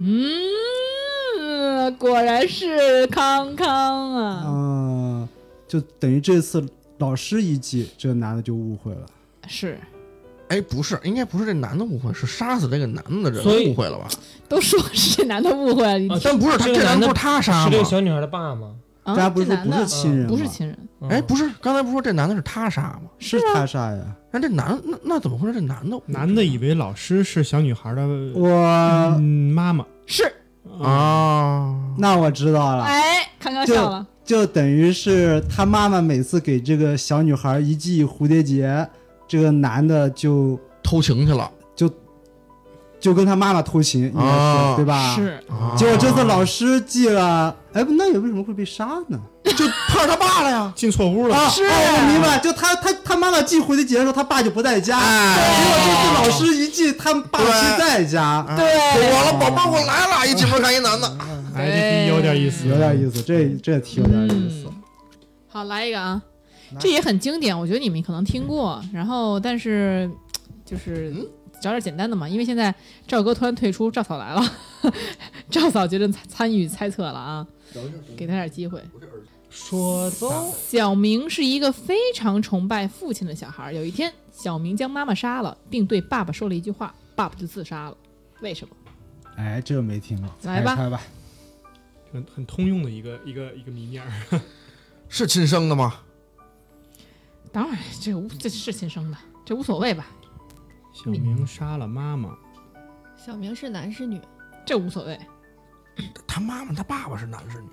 嗯，果然是康康啊，嗯、就等于这次老师一记，这个男的就误会了。是，哎，不是，应该不是这男的误会，是杀死这个男的人所以误会了吧？都说是这男的误会了，你啊但不是他，这个这男男的不是他是杀吗这个？小女孩的爸吗？啊，大家不哦这是说男不是的亲人吗？不是亲人，嗯哎，不是，刚才不是说这男的是他杀吗？是他杀呀！那这男那那怎么会是这男的？男的以为老师是小女孩的我嗯妈妈是，啊，那我知道了，哎，康康就笑了，就等于是他妈妈每次给这个小女孩一系蝴蝶结，这个男的就偷情去了就跟他妈妈偷情，应该是、啊对吧？。是啊！结果这次老师记了，哎，不那也为什么会被杀呢？就碰上他爸了呀！进错屋了。啊，是哦我明白，就他他他妈妈寄蝴蝶结的时候，他爸就不在家，结果这次老师一寄，他爸就在家，对，嗯我了，宝贝儿，我来了！一进门看一男的，哎，这题有点意思，有点意思，这这题有点意思。嗯，好，来一个啊，这也很经典，我觉得你们可能听过，然后但是就是找点简单的嘛，因为现在赵哥突然退出，赵嫂来了， <laughs> 赵嫂决定参参与猜测了啊，给他点机会。说走，小明是一个非常崇拜父亲的小孩儿。有一天，小明将妈妈杀了，并对爸爸说了一句话，爸爸就自杀了。为什么？ <laughs> 哎，这没听过，嗯哎来吧开始猜吧。很很通用的一个一个一个谜面 <laughs> 儿。是亲生的吗？当然，这无这是亲生的，这无所谓吧，小明杀了妈妈，小明是男是女？这无所谓。 <laughs> 哎他妈妈他爸爸是男是女？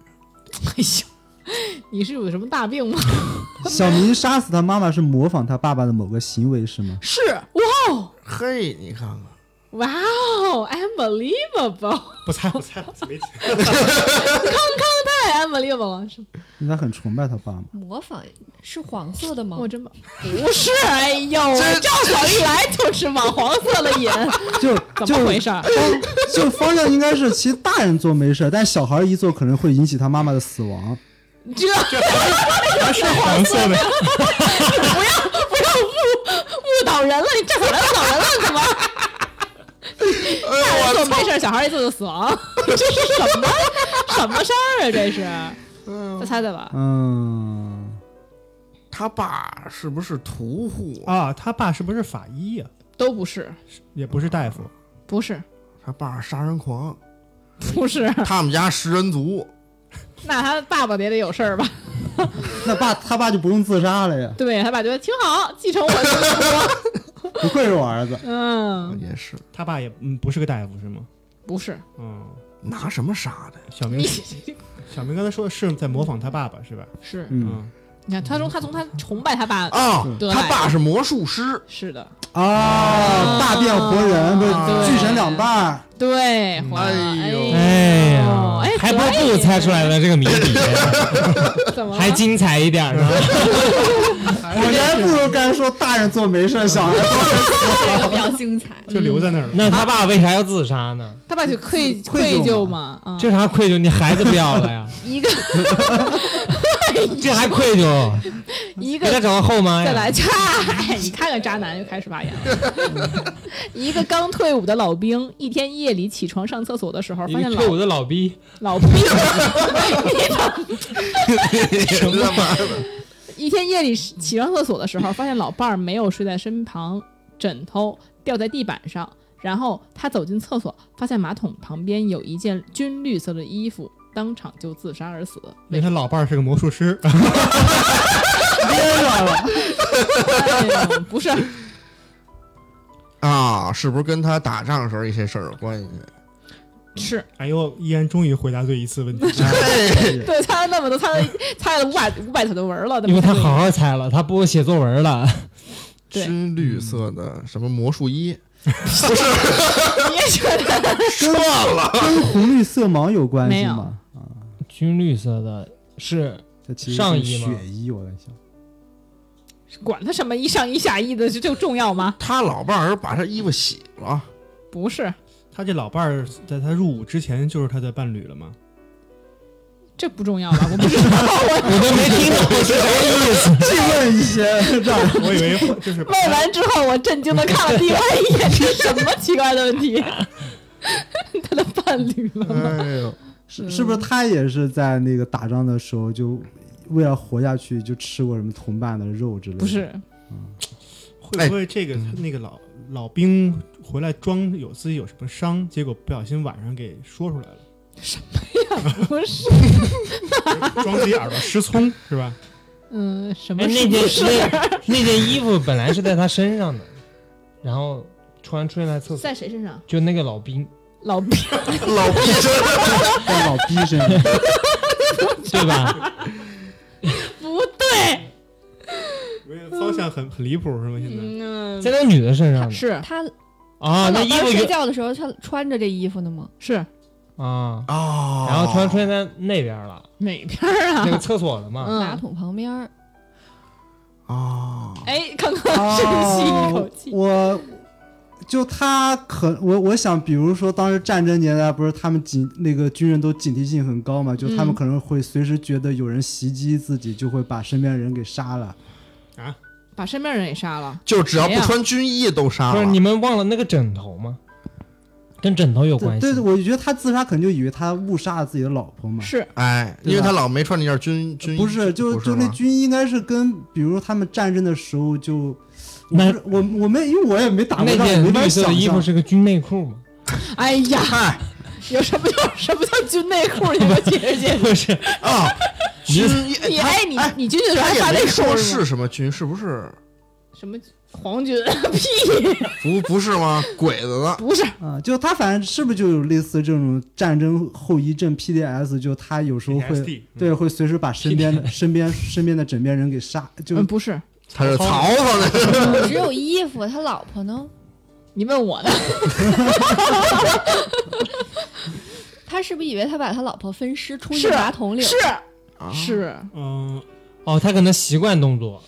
呦，你是有什么大病吗？小明杀死他妈妈是模仿他爸爸的某个行为是吗？是哇哦嘿，你看看，哇哦，unbelievable，不猜不猜，没 <laughs> 听。太 unbelievable 了，是吗应该很崇拜他爸妈。模仿是黄色的吗我？真棒。不是，哎呦，赵嫂一来就是往黄色的引，<laughs> 就嗯怎就么回事儿？就方向应该是，其实大人做没事，但小孩一做可能会引起他妈妈的死亡。这是黄色的，不要不要误误导人了，你这怎么误导人了？怎么？大人做没事儿，小孩一做就死亡， <laughs> 这是什么什么事儿啊？这是，再猜猜吧。嗯，他爸是不是屠户？啊，他爸是不是法医呀、都不是，也不是大夫，不是，他爸是杀 <laughs> 人狂，不是，他们家食人族。那他爸爸也得有事儿吧？那爸他爸就不用自杀了呀，对他爸觉得挺好，继承我的 <laughs> 衣钵。不愧是我儿子。嗯，也是，他爸也嗯不是个大夫是吗？不是，嗯，拿什么杀的呀？小明你小明刚才说的是在模仿他爸爸是吧？是，嗯你看他从他从他崇拜他爸，啊，得来他爸是魔术师，是的，啊，大变活人，不是对巨神两半儿。对，怀了哎呦哎呀，哎还不可如以猜出来了这个谜 <laughs> 底，怎么了还精彩一点呢。 <laughs> 果然不如刚才说大人做没事，小孩这个比较精彩。就留在那儿了。那他爸为啥要自杀呢？他爸就愧 <laughs> 愧愧疚疚嘛？啊，这啥愧疚？你孩子不要 <laughs> 了呀？一个这还愧疚？ <laughs> 一给个他找个后妈呀？再来，嚓！哎你看看渣男又开始发言了。 <laughs> 一个刚退伍的老兵，一天夜里起床上厕所的时候，一发现个退伍老的老逼，老兵，什么玩意儿？一天夜里起床厕所的时候，发现老伴儿没有睡在身旁，枕头掉在地板上。然后他走进厕所，发现马桶旁边有一件军绿色的衣服，当场就自杀而死。因为他老伴儿是个魔术师， <laughs> 哎呦不是， <laughs> 啊，是不是跟他打仗时候一些事儿有关系？是哎呦，依然终于回答对一次问题。对猜了那么多，猜了猜了五百五百条的文了，因为他好好猜了，他不写作文了。对是绿色的什么魔 <laughs> 术衣？你也觉得说 <laughs> 了，跟红绿色盲有关系吗？军绿色的是这其实上是衣吗血衣，我在想。管他什么一上一下一的，这就重要吗？他老伴儿把他衣服洗了，不是，他这老伴儿在他入伍之前就是他的伴侣了吗？这不重要吧？我不知道，我都没听懂是啥这问意思。一些让我以为就 <laughs> 是把问完之后，我震惊的看了另外一眼，这什么奇怪的问题？他的伴侣了吗？哎呦，是是不是他也是在那个打仗的时候就为了活下去就吃过什么同伴的肉之类的？不，是，会不会这个他那个老老兵回来装有自己有什么伤，结果不小心晚上给说出来了，不是，装自己耳朵失聪是吧？嗯，什么哎，那是不件是？那那件衣服本来是在他身上的，然后突然出现在厕所，在谁身上？就那个老兵，老兵，老逼在老逼身上。对吧？不对，没有方向很很离谱是吗？现在嗯，在那女的 <laughs> 身上的是他他啊，那老衣伴儿服睡原觉的时候，他穿着这衣服呢吗？是啊，啊！然后突然出现在那边了，哪边儿那个啊？厕所了嘛。马嗯，桶旁边儿，啊，哎，刚刚深哦吸一 <laughs> 口气，我就他可我我想，比如说当时战争年代，不是他们警那个军人都警惕性很高嘛？就他嗯们可能会随时觉得有人袭击自己，就会把身边人给杀了。啊，把身边人也杀了。就只要谁不呀穿军衣都杀不了是。你们忘了那个枕头吗？跟枕头有关对系。对，我就觉得他自杀肯定就以为他误杀了自己的老婆嘛。是哎，因为他老没穿那件军军衣，不是，就不就那吗军医应该是跟，比如他们战争的时候就，我不那是我我没，因为我也没打过那仗，我件没法绿色的想衣服象。是个军内裤吗？哎呀，嗨有什么叫什么叫军内裤？你给我解释解释。不是，啊，军衣你他哎，你哎你军训的时候还他发也内没裤说吗是什么军，是不是？什么皇军？ <laughs> 屁，不不是吗？鬼子呢？不是。啊，就他反正是不是就有类似这种战争后遗症 PDS，就他有时候会 PTSD 对会随时把身边的身边身边的枕边人给杀，就嗯，不是，他是曹操呢？只有衣服，他老婆呢？你问我呢？他是不是以为他把他老婆分尸冲是进马桶里了？是啊是，嗯，哦，他可能习惯动作，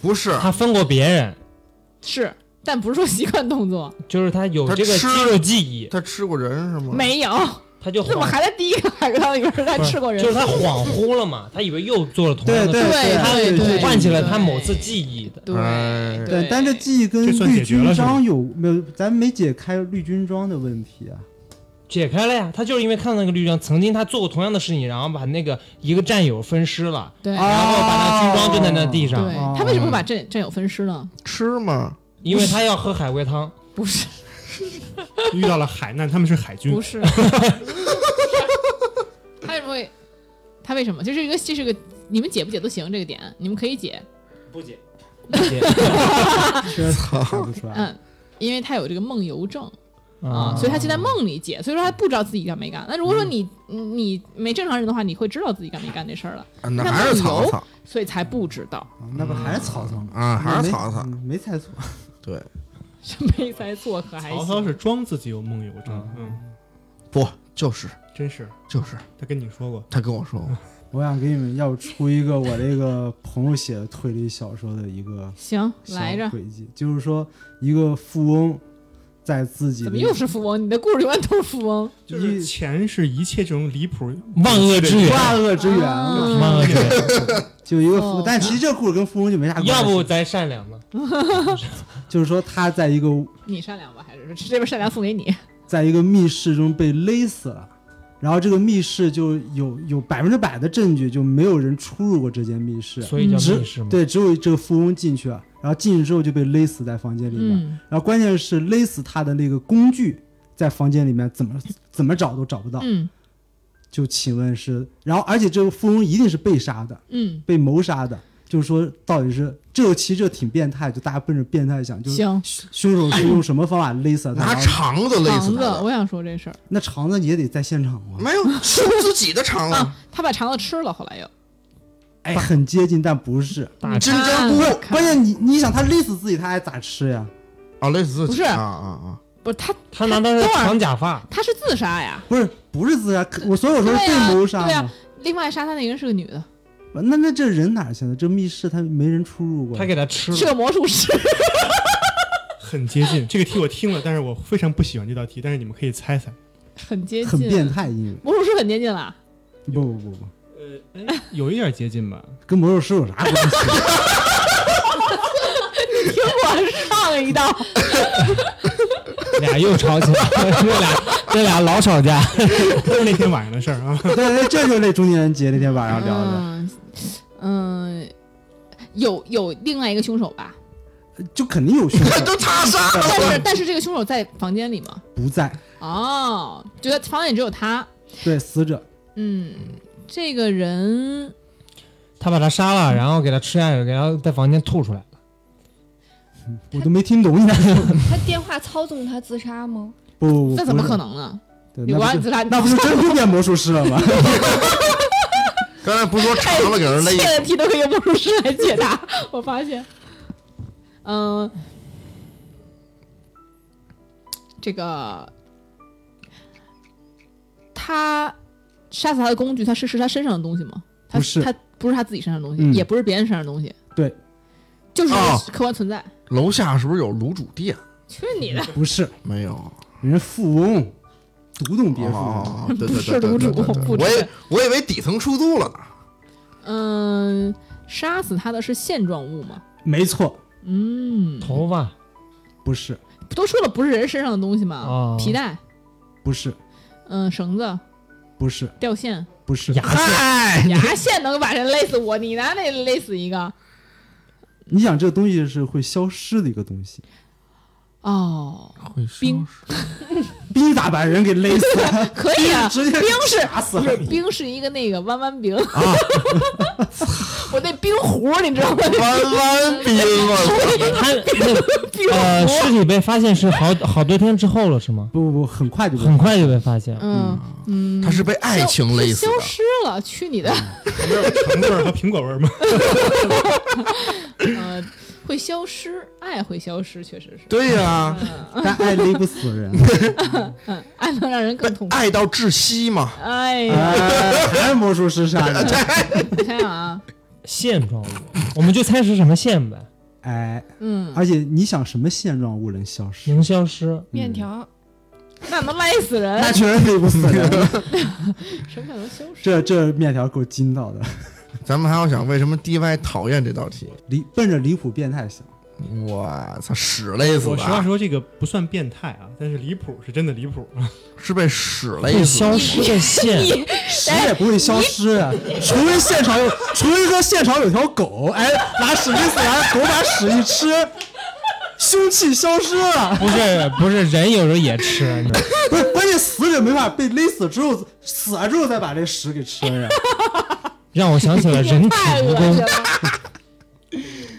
不是？他分过别人，是，但不是说习惯动作，就是他有他这个吃肌肉记忆，他吃过人是吗？没有。他就怎么恍还在第一个海龟汤里边儿在不是吃过人？就是他恍惚了嘛，他以为又做了同样的对事，对他对对唤起了他对某次记忆的。对哎对，但这记忆跟这算绿解决了军是吧装有没有？咱没解开绿军装的问题啊。解开了呀，他就是因为看到那个绿装，曾经他做过同样的事情，然后把那个一个战友分尸了，对然后把那军装扔在那地上，哦对，他为什么会把战战友分尸呢？吃吗？因为他要喝海龟汤。不是，遇到了海难，他们是海军不，是，他为什么会？他为什么？这是一个，这是个，你们解不解都行，这个点你们可以解， <laughs> 确实查不出来。啊嗯，因为他有这个梦游症啊，啊，所以他就在梦里解，所以说他不知道自己干没干。那如果说你嗯你没正常人的话，你会知道自己干没干这事儿了，啊那那还是梦曹游操所以才不知道，嗯那不还是曹操吗？啊，还是没曹操。嗯没猜错。对， <laughs> 是没猜错，可还曹操行。是装自己有梦游症，嗯，不就是真是，就是，他跟你说过，他跟我说过，我想给你们要出一个我这个朋友写的推理小说的一个行，小来着，轨迹，就是说一个富翁在自己怎的么又是富翁？你的故事永远都是富翁。就是钱是一切这种离谱万恶之源，万恶之源，啊万恶之源， <laughs> 就一个富哦，但其实这故事跟富翁就没啥关系。要不咱善良呢？就是说他在一个你善良吧，还是说这边善良送给你？在一个密室中被勒死了，然后这个密室就有有百分之百的证据，就没有人出入过这间密室，所以叫只密室嘛。对，只有这个富翁进去了，然后进去之后就被勒死在房间里面，嗯，然后关键是勒死他的那个工具在房间里面怎么怎么找都找不到，嗯就请问是，然后而且这个富翁一定是被杀的，嗯，被谋杀的。就是说，到底是这个其实这挺变态，就大家奔着变态想，就是行，凶手是用什么方哎法勒死了他？拿然后肠子勒肠死子他，的，我想说这事儿那肠子也得在现场啊。没有吃自己的嗯肠子，啊，他把肠子吃了，后来又哎，很接近，但不是。大真真不啊关键你你想，他勒死自己，他还咋吃呀？啊，勒死自己，不是啊啊啊！ <laughs> 不是他他拿到等会儿长假发，他是自杀呀，不是，不是自杀，可我所以我说是对啊被谋杀对嘛。啊另外杀他那个人是个女的，那那这人哪儿去了？这密室他没人出入过他。给他吃是了。个魔术师， <laughs> 很接近。这个题我听了，但是我非常不喜欢这道题，但是你们可以猜猜，很接很变近，态，因为魔术师很接近了，不不不不，有一点接近吧？跟魔术师有啥 <laughs> 关系？听我上一道， <laughs> 俩又吵起来，这俩这俩老吵架。都是那天晚上的事儿啊。 <laughs> 对对，这就是那中年节那天晚上聊的，嗯嗯，有有另外一个凶手吧，就肯定有凶手都他杀 <laughs> 但了，是 <laughs> 但是这个凶手在房间里吗？<laughs> 不在，哦，觉得房间里只有他，对死者嗯，这个人他把他杀了，然后给他吃下去，给他在房间吐出来。我都没 <laughs> 听懂你在说。他电话操纵他自杀吗？不不不，那怎么不是可？能呢？对有那关不自就杀，那 <laughs> 不就真就变魔术师了吗？刚才不是说肠子给人勒一死切的题都可以用魔术师来解答。 <laughs> 我发现，嗯、这个他杀死他的工具，他是是他身上的东西吗？他不是他不是他自己身上的东西，嗯也不是别人身上的东西。对，就是一个哦客观存在。 <laughs> 楼下是不是有卤煮店？去你的！不是，没有，啊人家富翁独栋别墅。哦，对不对是对对卤煮对对对不我吃以我以为底层出租了呢。嗯，杀死他的是现状物吗？没错，嗯，头发不是，不都说了不是人身上的东西吗？哦皮带，不是，嗯、绳子、不是，吊线、不是。牙嗨，牙线能把人勒死我，你拿那勒死一个。你想，这个东西是会消失的一个东西，哦，会消冰失冰咋把人给勒死？可以啊，直接冰是打死不了是你。冰是一个那个弯弯冰， <laughs> 我那冰壶你知道吗？弯弯冰啊！他那冰呃壶，尸体被发现是好好多天之后了是吗？ <laughs> 不不不，很快就很快就被发现。嗯嗯，他是被爱情勒死消的。失了，去你的！没有橙味儿和苹果味儿吗？呃，会消失，爱会消失，确实是。对呀、 <laughs> 但爱勒不死人。嗯，爱能让人更痛苦。爱到窒息嘛。哎呀，哎，还是魔术师杀的。我想想啊，线状物，我们就猜是什么线呗，哎，嗯，而且你想什么现状物能消失？能消失。面条，那能勒死人那，确实勒不死人。什么叫能消失？这这面条给我惊到的，咱们还要想为什么 DY 讨厌这道题？离奔着离谱变态想。我操，屎勒死我实话的，啊说，这个不算变态啊，但是离谱是真的离谱。啊 <laughs> 是被屎勒会死消。的失的线，你谁也不会消失啊，除非现场有，除非说现场有条狗，哎，拿屎勒死完，狗把屎一吃，凶器消失了。不是不是人有时候也吃，你知道吗不是，关键死者没法被勒死之后，死了之后再把这屎给吃了呀。让我想起了人体太蜈恶心蚣。了。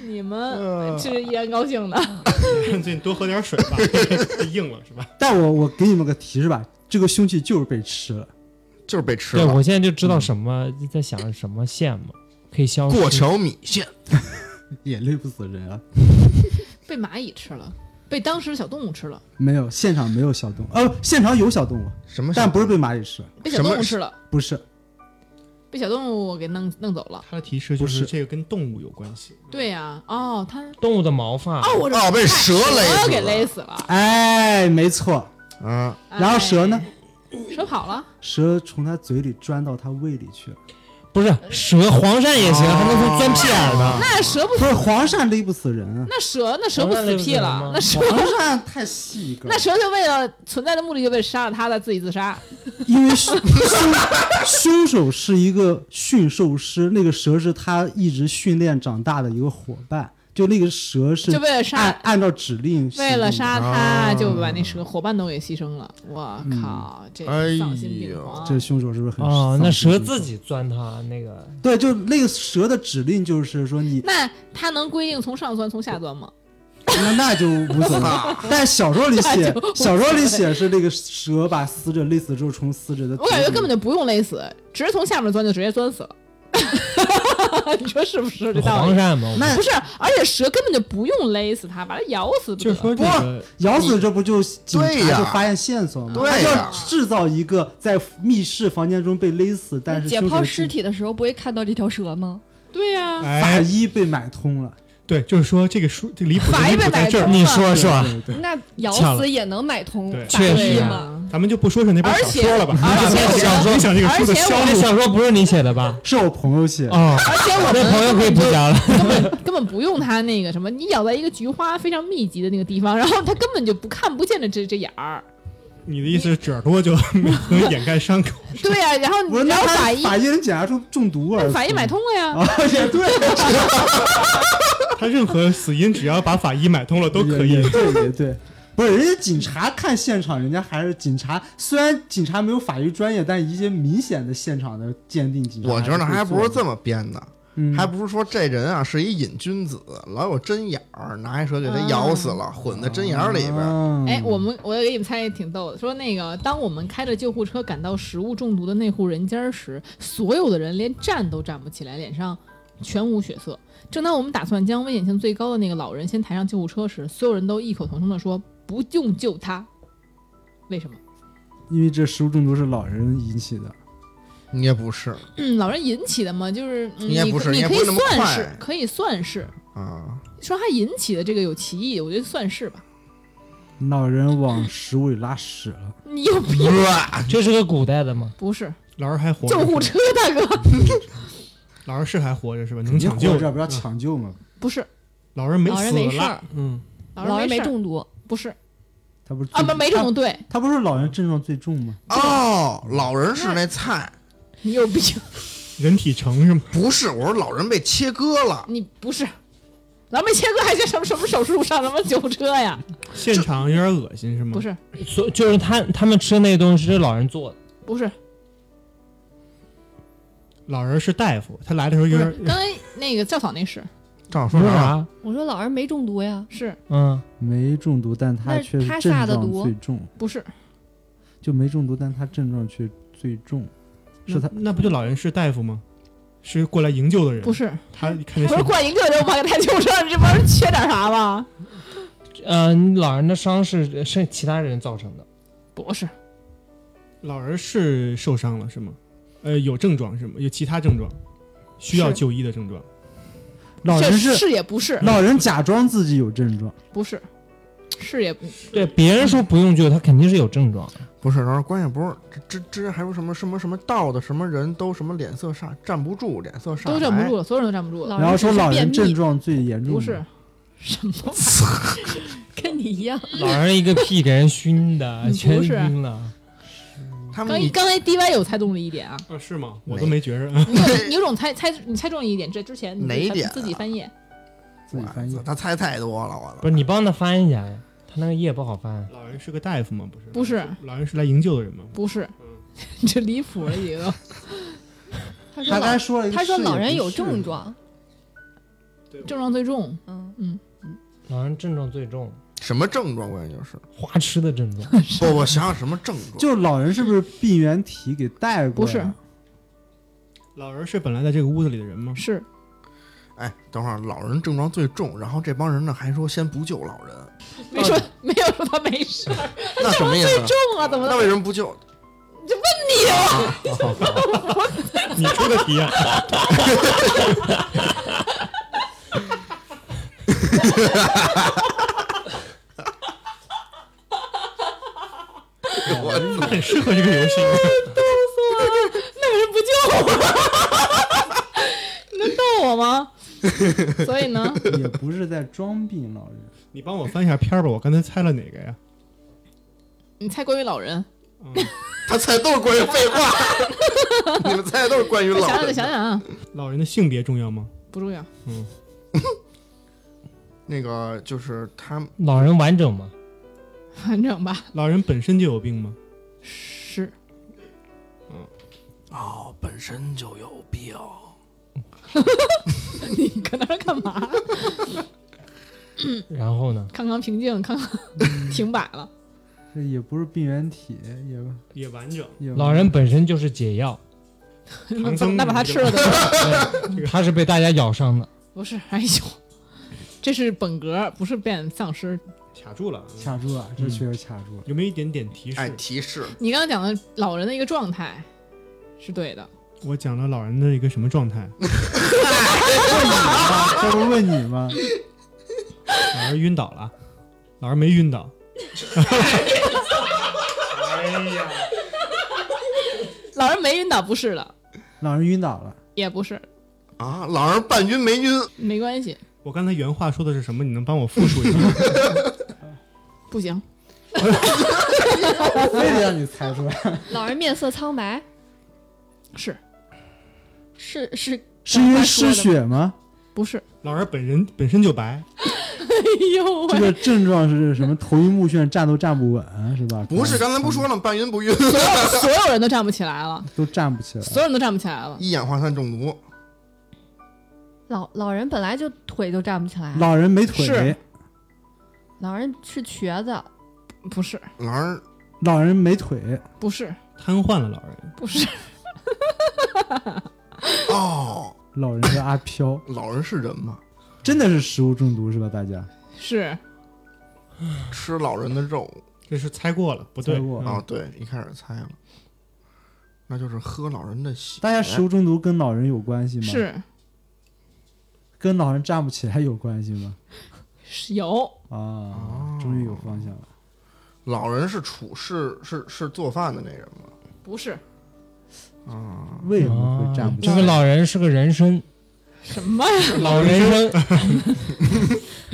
你们是依然高兴的，这你多喝点水吧， <laughs> 硬了是吧？但我我给你们个提示吧，这个凶器就是被吃了。就是被吃对，了。我现在就知道什么在想什么线嘛，可以消失。过桥米线，也勒不死人啊！ <laughs> 被蚂蚁吃了，被当时的小动物吃了，没有，现场没有小动物，呃，现场有小动物，什么？但不是被蚂蚁吃，被小动什物么吃了，不是，被小动物给弄弄走了。他的提示就不是是这个跟动物有关系。对呀、哦，他动物的毛发，哦，我知道哦被蛇勒死了蛇给勒死了。哎，没错。啊，然后蛇呢？哎？蛇跑了，蛇从他嘴里钻到他胃里去了。不是蛇，黄鳝也行，哦还能从钻屁眼呢。那蛇不 <laughs> 不是黄鳝勒不死人啊，那蛇那蛇不哦死屁了，那蛇黄鳝太细一个，那蛇就为了存在的目的就被杀了，他的自己自杀。因为凶凶凶手是一个驯兽师，那个蛇是他一直训练长大的一个伙伴，就那个蛇是哎就为了杀按按照指令行动的，为了杀他，就把那蛇伙伴都给牺牲了。我靠，这哎丧心病狂！这凶手是不是很哦，那丧心蛇病自己钻它那个，对，就那个蛇的指令就是说你那他能规定从上钻从下钻吗？那那就无所谓，但小说里写 <laughs> 那就无所谓小说里写是那个蛇把死者勒死之后从死者的我感觉嘴里根本就不用勒死，直接从下面钻就直接钻死了。 <laughs> 你说是不是这道黄理？鳝嘛。那不是，而且蛇根本就不用勒死它，把它咬死不就得是说了。这个咬死这不就警对察呀就发现线索吗？对他呀要制造一个在密室房间中被勒死，但是解凶手剖的尸体的时候不会看到这条蛇吗？对呀，法哎，医被买通了，对，就是说这个书这个离谱法的医离被谱在买这通儿了。，你说对是吧？对对那咬呛了死也能买通对，确实对啊呀。咱们就不说是哪本而小且说了吧，而且我小说你想这个书的而且销我这路，小说不是你写的吧？是我朋友写的，哦，而且我这们朋友可以不 <laughs> 讲了。根本根本不用它那个什么，你咬在一个菊花非常密集的那个地方，然后它根本就不看不见的这这眼儿。你的意思是褶儿多 <laughs> 就没能掩盖伤口？对呀、然后我说然那后法他医法医能检查出中毒而法医买通了呀，啊，也对，他任何死因只要把法医买通了都可也以也。对也对。不是，人家警察看现场，人家还是警察。虽然警察没有法医专业，但一些明显的现场的鉴定，警察我觉得还还不如这么，么编的，嗯还不如说这人啊是一瘾君子，老有针眼儿，拿一蛇给他咬死了，混在针眼儿里边儿。啊哎，我们我给你们猜也挺逗的，说那个当我们开着救护车赶到食物中毒的那户人家时，所有的人连站都站不起来，脸上全无血色。正当我们打算将危险性最高的那个老人先抬上救护车时，所有人都异口同声地说：“不用救他。”为什么？因为这食物中毒是老人引起的，你也不是嗯，老人引起的嘛，就是、嗯、应该你不可是你应该可不以是那么算快是，可以算是啊，说他引起的这个有歧义，我觉得算是吧。老人往食物里拉屎了。你有病？哇这是个古代的吗？不是老人还活着，救护车大哥，老人是还活着是吧？能肯定抢救活着不要嗯抢救嘛？不是老人没老人死没事了儿，嗯，老人没没事儿，中毒，不是他不是啊，最不没中毒，对他不是老人症状最重吗？哦，老人是那菜， <laughs> 你有病，人体成是吗？不是，我说老人被切割了， <laughs> 你不是。咱们切割还去什么什么手术上什么酒车呀？现场有点恶心是吗？不，是，所就是他他们吃的那东西是老人做的，不是，老人是大夫，他来的时候不有是点，呃刚才那个教草那是正好你说说啥？啥？我说老人没中毒呀，是嗯，没中毒，但那他是却是他症下的状毒最重，不是？就没中毒，但他症状却最重，那是他那不就老人是大夫吗？是过来营救的人，不是，他看不见是过来营救的人，我把给他救上，这不是缺点啥吗？嗯、老人的伤是是其他人造成的，不是，老人是受伤了是吗？呃，有症状是吗？有其他症状，需要是就医的症状。老这人是是也不是，老人假装自己有症状，不是，是也不对，别人说不用救，他肯定是有症状的。不是，然后关键不是这这这还有什么什么什么道的什么人都什么脸色煞站不住，脸色煞都站不白住了，所有人都站不住老了，然后人只说是老便人嗯症秘，状最严重，不是，什么玩意儿 <laughs> <laughs> 跟你一样。老人一个屁给人熏的，嗯全不是晕了。他们刚已刚才 D Y 有猜中了一点啊，啊，是吗？我没都没觉着。你 <laughs> 有你有种猜猜你猜中了一点，这之前你哪一才点啊自己翻页，自己翻译他猜太多了，我不操！是你帮他翻一下呀，他那个页不好翻。老人是个大夫吗？不是，不是，老人是来营救的人吗？不是， <laughs> 这离谱了一 <laughs> 个，他说他刚才老说了一个他说是老也人不有是症，状，症状最重，嗯，老人症状最重，什么症状？关键就是花痴的症状。 <laughs> 不，我想想什么症状？就老人是不是病原体给带过？不是，啊老人是本来在这个屋子里的人吗？是哎，等会儿老人症状最重，然后这帮人呢还说先不救老人，没说没有说他没事儿那什么意思？重啊，怎么哎那为什么不啊救？ <laughs> 你出的题啊！哎我很适合这个游戏，那为什么不救我？ <laughs> 你能逗我吗？所以呢，也不是在装病老人。你帮我翻一下片儿吧。我刚才猜了哪个呀？你猜关于老人，他猜都是关于废话， <laughs> 你们猜的都是关于再老想想，再人想的。想啊，老人的性别重要吗？不重要，那个就是他们老人完整吗？完整吧？老人本身就有病吗？是 <laughs> 哦，本身就有病。你搁那儿干嘛？然后呢？康康平静，康 <laughs> 康停摆了。这也不是病原体，也也完整。也老人本身就是解药，那怎么那把它吃了怎么办？他是被大家咬伤的。不是， <laughs> 哎呦，这是本格，不是变丧尸。卡住了。卡住嗯了，这确实卡住了。有没有一点点提示？哎，提示你刚刚讲的老人的一个状态是对的，我讲了老人的一个什么状态？啊这不问你吗？ <laughs> 老人晕倒了， <laughs> 老人没晕倒。老人没晕倒不是的，老人晕倒了，也不是，啊，老人半晕没晕，没关系，我刚才原话说的是什么？你能帮我复述一 <laughs> 下吗？不行，非得让你猜出来，老人面色苍白，是是是是因为失血吗？不是？老人本人本身就白，哎呦这喂，个症状是什么？头晕目眩，站都站不稳，是吧？不是刚才不说了吗半晕不晕，所有人都站不起来了，都站不起来，所有人都站不起来了。 <laughs> 一氧化碳中毒，老老人本来就腿都站不起来，老人没腿是，老人是瘸子，不是，老人老人没腿，不是，瘫痪了。老人不是，哦，老人是阿 <laughs> 飘，老人是人吗？真的是食物中毒是吧？大家是吃老人的肉这是猜过了，不对。猜过嗯啊、哦？对，一开始猜了，那就是喝老人的血。大家食物中毒跟老人有关系吗？，是跟老人站不起来有关系吗？是有，啊，终于有方向了。老人是处是是是做饭的那人吗？不是啊，为什么会站不啊这个起来？老人是个人 <laughs> 参，什么呀？老人参，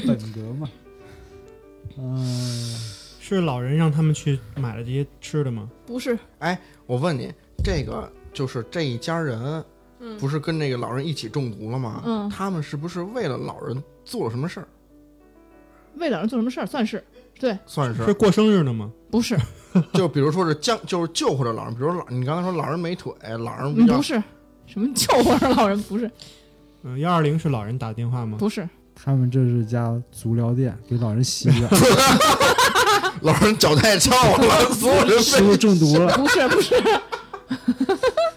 本格嘛。嗯，是老人让他们去买了这些吃的吗？不是，我问你，这个就是这一家人嗯，不是跟那个老人一起中毒了吗？嗯他们是不是为了老人做了什么事儿？为老人做什么事儿算是对，算是是，过生日呢吗？不是，就比如说是将，就是救活了老人，比如说老，你刚才说老人没腿，老人比嗯较不是，什么救活着老人不是，嗯，幺二零是老人打电话吗？不是，他们这是家足疗店，给老人洗 <laughs> 脚，老人脚太翘了，所有人食物中毒 <laughs> 了，不是，不是，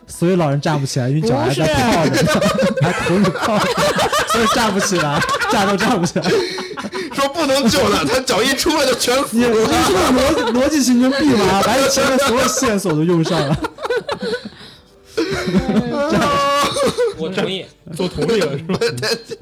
所以老人站不起来，因为脚还在泡着， <laughs> 还口里泡着，所以站不起 <laughs> 来，站都站不起来。被说不能救他，他脚一出来就全死你你这了。个逻辑逻辑形成闭 <laughs> 环，啊把你前面所有线索都用上了。我同意，做同意了是吧？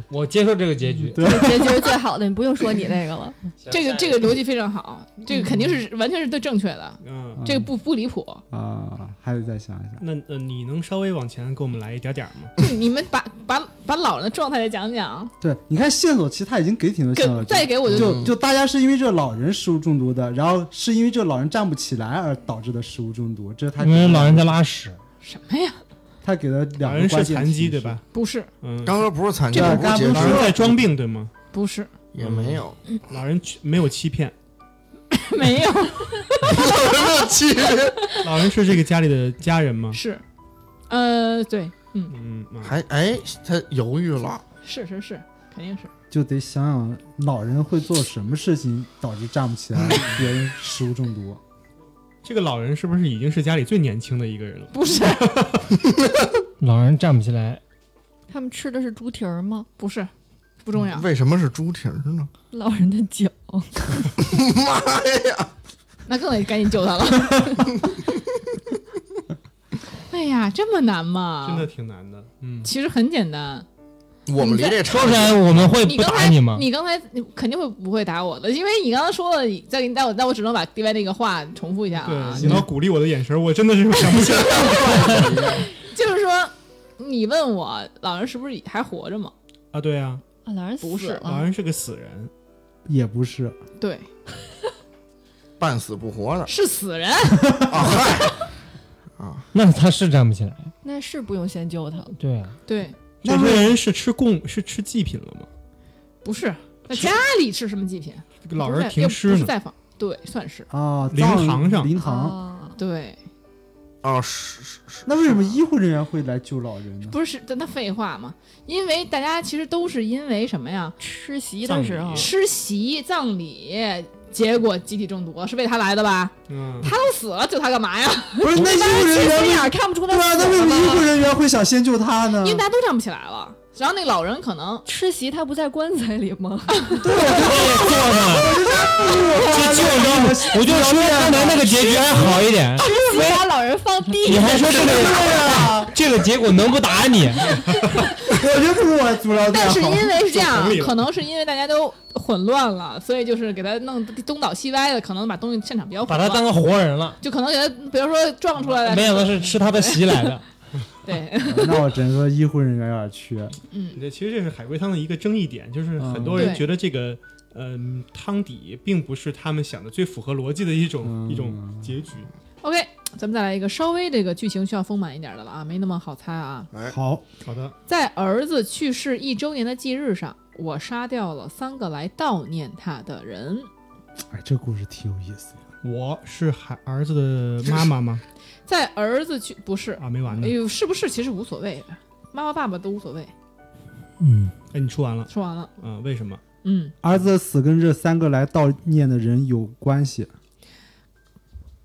我接受这个结局。结局是最好的，你不用说你那个了。这个这个逻辑非常好，这个肯定是完全是对正确的，嗯，这个不不离谱。啊，还得再想一想。那呃，你能稍微往前给我们来一点点儿吗？就你们把把把老人的状态再讲讲，对，你看线索其实他已经给挺多给线索了，再给我就嗯就就大家是因为这老人食物中毒的，然后是因为这老人站不起来而导致的食物中毒，这是他因给为的老人在拉屎，什么呀？他给了老两人个是关键残疾提对示？吧？不是，嗯，刚才不是残疾，这我刚不才解不老释人在装病对吗？不是，也没有，老人去没有欺骗， <laughs> 没有，老人没 <laughs> 有气。老人是这个家里的家人 <laughs> 吗？是，呃，对，嗯，嗯，啊还哎，他犹豫了，是是是，肯定是。就得想想老人会做什么事情导致站不 <laughs> 起来，别人食物中毒。这个老人是不是已经是家里最年轻的一个人了？不是，老人站不起来，他们吃的是猪蹄儿吗？不是，不重要。嗯为什么是猪蹄儿呢？老人的脚，妈呀！那更得赶紧救他了。哎呀，这么难吗？真的，挺难的。嗯，其实很简单。我们离这说差出来我们会你不刚打才你吗？你刚才你肯定会不会打我的，因为你刚刚说了，再给你，那我那我只能把 D Y 那个话重复一下啊对，，你老鼓励我的眼神，我真的是想不起 <laughs> 来。就是说，你问我老人是不是还活着吗？啊，对啊，啊，老人不死是老了，人是个死人，也不是，对，半死不活的是死人。啊！嗨，那他是站不起来，那是不用先救他了。对啊，对，这些人是吃贡是吃祭品了吗？不是，那家里是什么祭品？这个老不人是停又尸不是呢，在访，对，算是啊，灵葬堂上灵哦堂。啊，对，啊，是是是，那为什么医护人员会来救老人 <laughs> 呢？不是但那废话嘛，因为大家其实都是因为什么呀？吃席的时啊候葬礼吃席葬礼，结果集体中毒了，是为他来的吧？嗯，他都死了，救他干嘛呀？不是那医护人 <laughs> 员一为眼儿看不出对啊，来。那为什么医护人员会想先救他呢因？为嗯大家都站不起来了。然后那老人可能吃席他不在棺材里吗？ <laughs> 坐呢，这救着，我就说刚才那个结局还好一点，吃席把老人放地你上，还说这个这个结果能不打你？我觉得不如我足疗但店是好。因为是这样同意，了可能是因为大家都混乱了，所以就是给他弄东倒西歪的，可能把东西现场比较混 <laughs> 把他乱当个活人了，就可能给他，比如说撞出来没想了，到是吃他的席来的。对，那我只能说医护人员有点缺。嗯，对，其实这是海龟汤的一个争议点，就是嗯很多人对觉得这个，嗯、汤底并不是他们想的最符合逻辑的一种、一种结局。 OK，咱们再来一个稍微这个剧情需要丰满一点的了啊，没那么好猜啊。好，好的，在儿子去世一周年的忌日上，我杀掉了三个来悼念他的人。哎，这故事挺有意思的。我是孩儿子的妈妈吗？在儿子去不是，啊，没完呢哎。呦，是不是其实无所谓，妈妈爸爸都无所谓。嗯，哎，你说完了，说完了，嗯、为什么？嗯，儿子的死跟这三个来悼念的人有关系，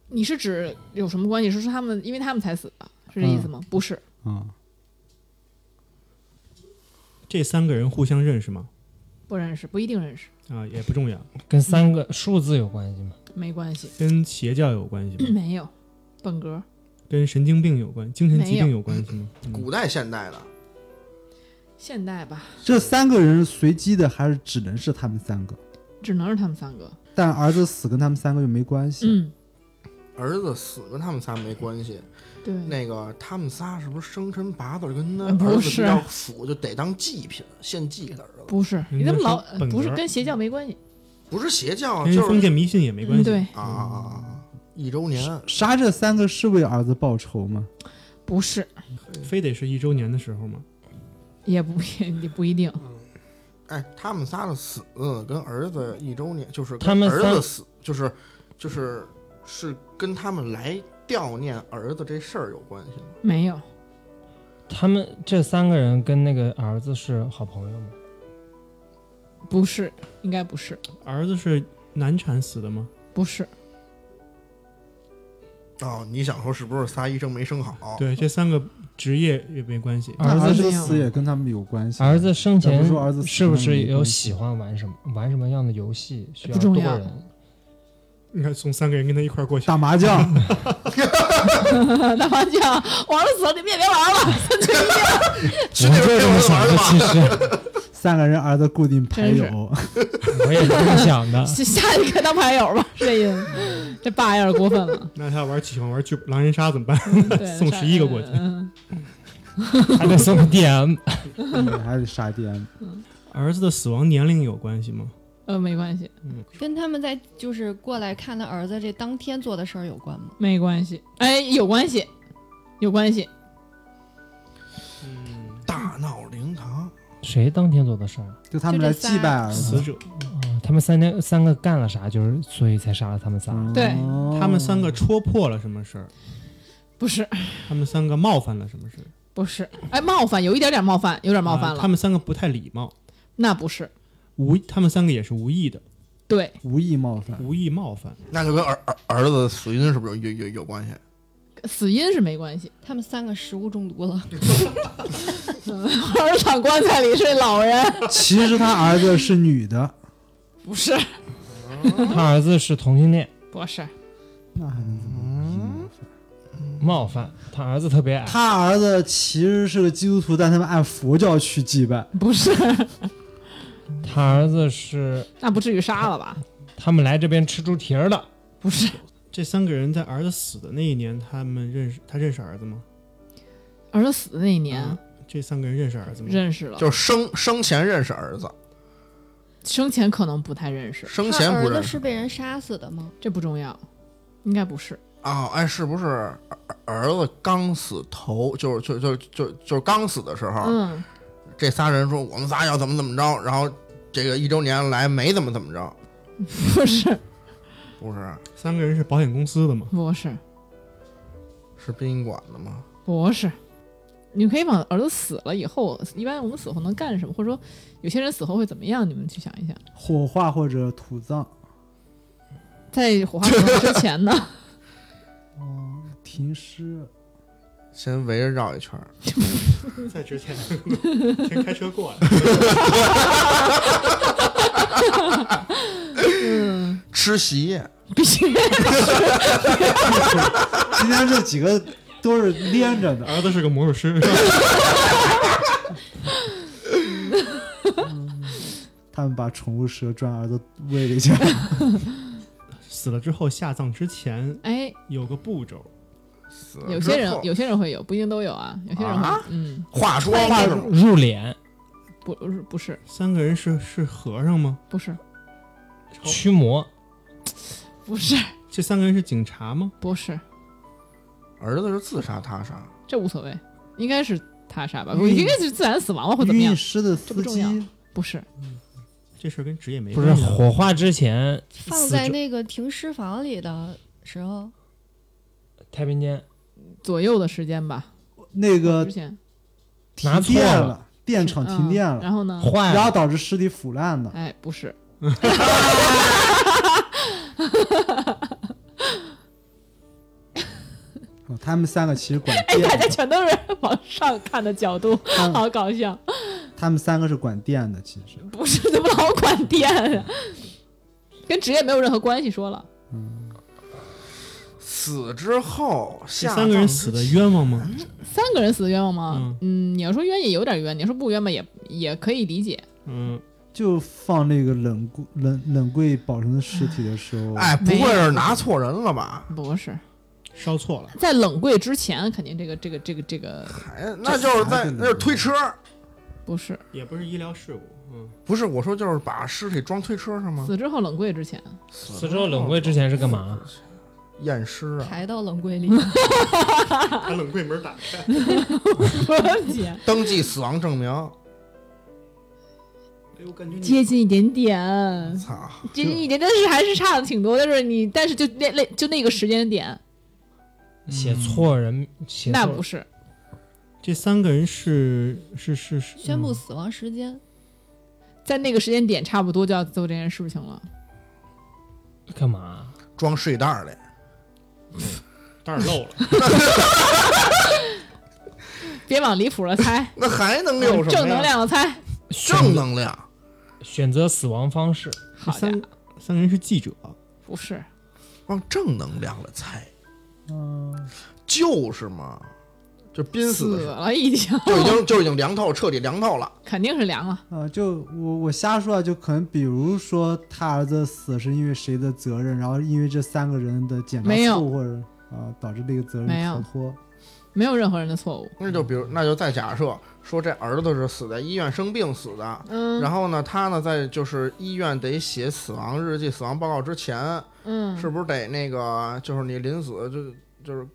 你是指有什么关系？是说他们，因为他们才死的，是这意思吗？不是，嗯，这三个人互相认识吗？不认识，不一定认识，啊，也不重要， <laughs> 跟三个数字有关系吗？没关 <laughs> 系，跟邪教有关系吗？没有，本格跟神经病有关，精神疾没有病有关系吗？嗯古代现代的，现代吧，这三个人是随机的还是只能是他们三个？只能是他们三个。但儿子死跟他们三个又没关系。嗯，儿子死跟他们仨没关系。对，那个他们仨是不是生辰八字儿跟他不儿子比是较符，就得当祭品献祭给他儿子？不是人你怎么家老说本不是格跟邪教没关系？不是邪教啊，跟就是封建迷信也没嗯关系。对，啊啊啊啊！啊一周年，杀这三个是为儿子报仇吗？不是，非得是一周年的时候吗？也不 <laughs> 也不一定。嗯哎，他们仨的死跟儿子一周年，就是跟他们儿仨子死，就是就是是跟他们来悼念儿子这事儿有关系吗？没有，他们这三个人跟那个儿子是好朋友吗？不是，应该不是，儿子是难产死的吗？不是， <laughs> 哦，你想说是不是仨医生没生好？对，这三个职业也没关系。那儿还子是这没有死也跟他们有关系。儿子生咱前不说儿子死是不是没有关系喜欢玩什么玩什么样的游戏？需不要重多要人。你看，送三个人跟他一块儿过啊去，打麻将，打麻将玩了死了，你们也别玩了。是我那就边这陪么我想玩的，的其吧？实三个人儿子固定牌真友，我也是这么想的。<laughs> 啊下去跟当牌友吧，这意嗯思。这爸有点过分了。嗯那他玩喜欢玩剧狼人杀怎 <laughs> 么办？对， <laughs> 送上11个过去嗯， <laughs> 还得送 DM，嗯还得杀 DM。儿子的死亡年龄有关系吗？呃，没关系，跟他们在就是过来看他儿子这当天做的事儿有关吗？没关系。哎，有关系，有关系。大闹灵堂，谁当天做的事儿啊？就他们来就这祭仨拜儿死子，者，他们三天三个干了啥？就是所以才杀了他们仨。对啊哦他们三个戳破了什么事儿？不是，他们三个冒犯了什么事儿？不是，哎，冒犯，有一点点冒犯，有点冒犯啊了。他们三个不太礼貌，那不是，无他们三个也是无意的，对，无意冒犯，嗯无意冒犯。那就跟儿儿儿子死因是不是有有有有关系？死因是没关系。他们三个食物中毒了，儿子躺棺材里是老人，其实他儿子是女的，不是，他儿子是同性恋，不是，那还能怎么冒犯他儿子特别矮。他儿子其实是个基督徒，但他们按佛教去祭拜，不是，他儿子是那不至于杀了吧？他们来这边吃猪蹄儿的，不是，这三个人在儿子死的那一年，他们认识他认识儿子吗？儿子死的那一年啊这三个人认识儿子吗？认识了，就是生生前认识儿子，生前可能不太认识，生他前不儿认子识是被人杀死的吗？这不重要，应该不是。啊、哎，是不是儿儿子刚死头，就是就就就就是刚死的时候，嗯，这仨人说我们仨要怎么怎么着，然后这个一周年来没怎么怎么着， <laughs> 不是，不是三个人是保险公司的吗？不是，是殡仪馆的吗？不是。你可以往儿子死了以后，一般我们死后能干什么，或者说有些人死后会怎么样，你们去想一想。火化或者土葬，在火化活动之前呢， <laughs> 停尸。先围着绕一圈儿，在之前，先开车过来。吃席宴，必须今天这几个都是连着 <laughs> 的，儿子是个魔术师，是吧他们把宠物蛇转儿子喂了 <laughs> 一下，死了之后下葬之前哎，有个步骤，死有了之些人后有些人会有，不一定都有啊。有些人会，嗯啊嗯，话说画是吗入殓、不是不是三个人是是和尚吗？不是驱魔，不是这三个人是警察吗？不是，儿子是自杀他杀，这无所谓，应该是他杀吧？嗯应该是自然死亡了，或怎么样运？尸的这不司重要机不是，这事儿跟职业没不是关系啊。火化之前放在那个停尸房里的时候，太平间左右的时间吧。那个之前拿错停电了，了，电厂停电嗯了，然后呢？坏然后了，导致尸体腐烂的。哎，不是，哦他们三个其实管哎，电大家的，全都是往上看的角度，他们好搞笑。他们三个是管电的，其实不是，怎么老管电啊？跟职业没有任何关系。说了，死之后这下三个人葬死之的前冤枉吗？三嗯个人死的冤枉吗？嗯，你要说冤也有点冤，你要说不冤吧，也也可以理解。嗯，就放那个冷柜冷冷柜保存的尸体的时啊候，哎，不会是拿错人了吧？不是烧错了，在冷柜之前，肯定这个这个这个这个哎，那就是在那是推车，不是也不是医疗事故，嗯，不是我说就是把尸体装推车上吗？死之后冷柜之 <laughs> 前，死之后冷柜之前是干嘛？验尸啊，抬到冷柜 <laughs> 里，把冷柜门打开，姐登记死亡证明。哎，我感觉接你近一点点，操，接近一点，但是还是差的挺多。但是你，但是就那那就那个时间点，写错人，写那错不是这三个人是是是是宣布死亡时间。在那个时间点，差不多就要做这件事情了。干嘛？装睡袋儿里，袋儿漏了，别往离谱了 <laughs> 猜，那还能有往什么呀正能，量了猜。选正能量，选择死亡方式，好家三伙，三个人是记者，不是往正能量了猜。嗯就是嘛，就濒死的时候了已经，就已经就已经凉透，彻底凉透了。肯定是凉了。啊，就我我瞎说啊，就可能比如说他儿子死是因为谁的责任，然后因为这三个人的检查没有错误或者啊导致这个责任没有逃脱，没有任何人的错误。那就比如，那就再假设说这儿子是死在医院生病死的，嗯然后呢，他呢在就是医院得写死亡日记、死亡报告之前，嗯，是不是得那个就是你临死就就是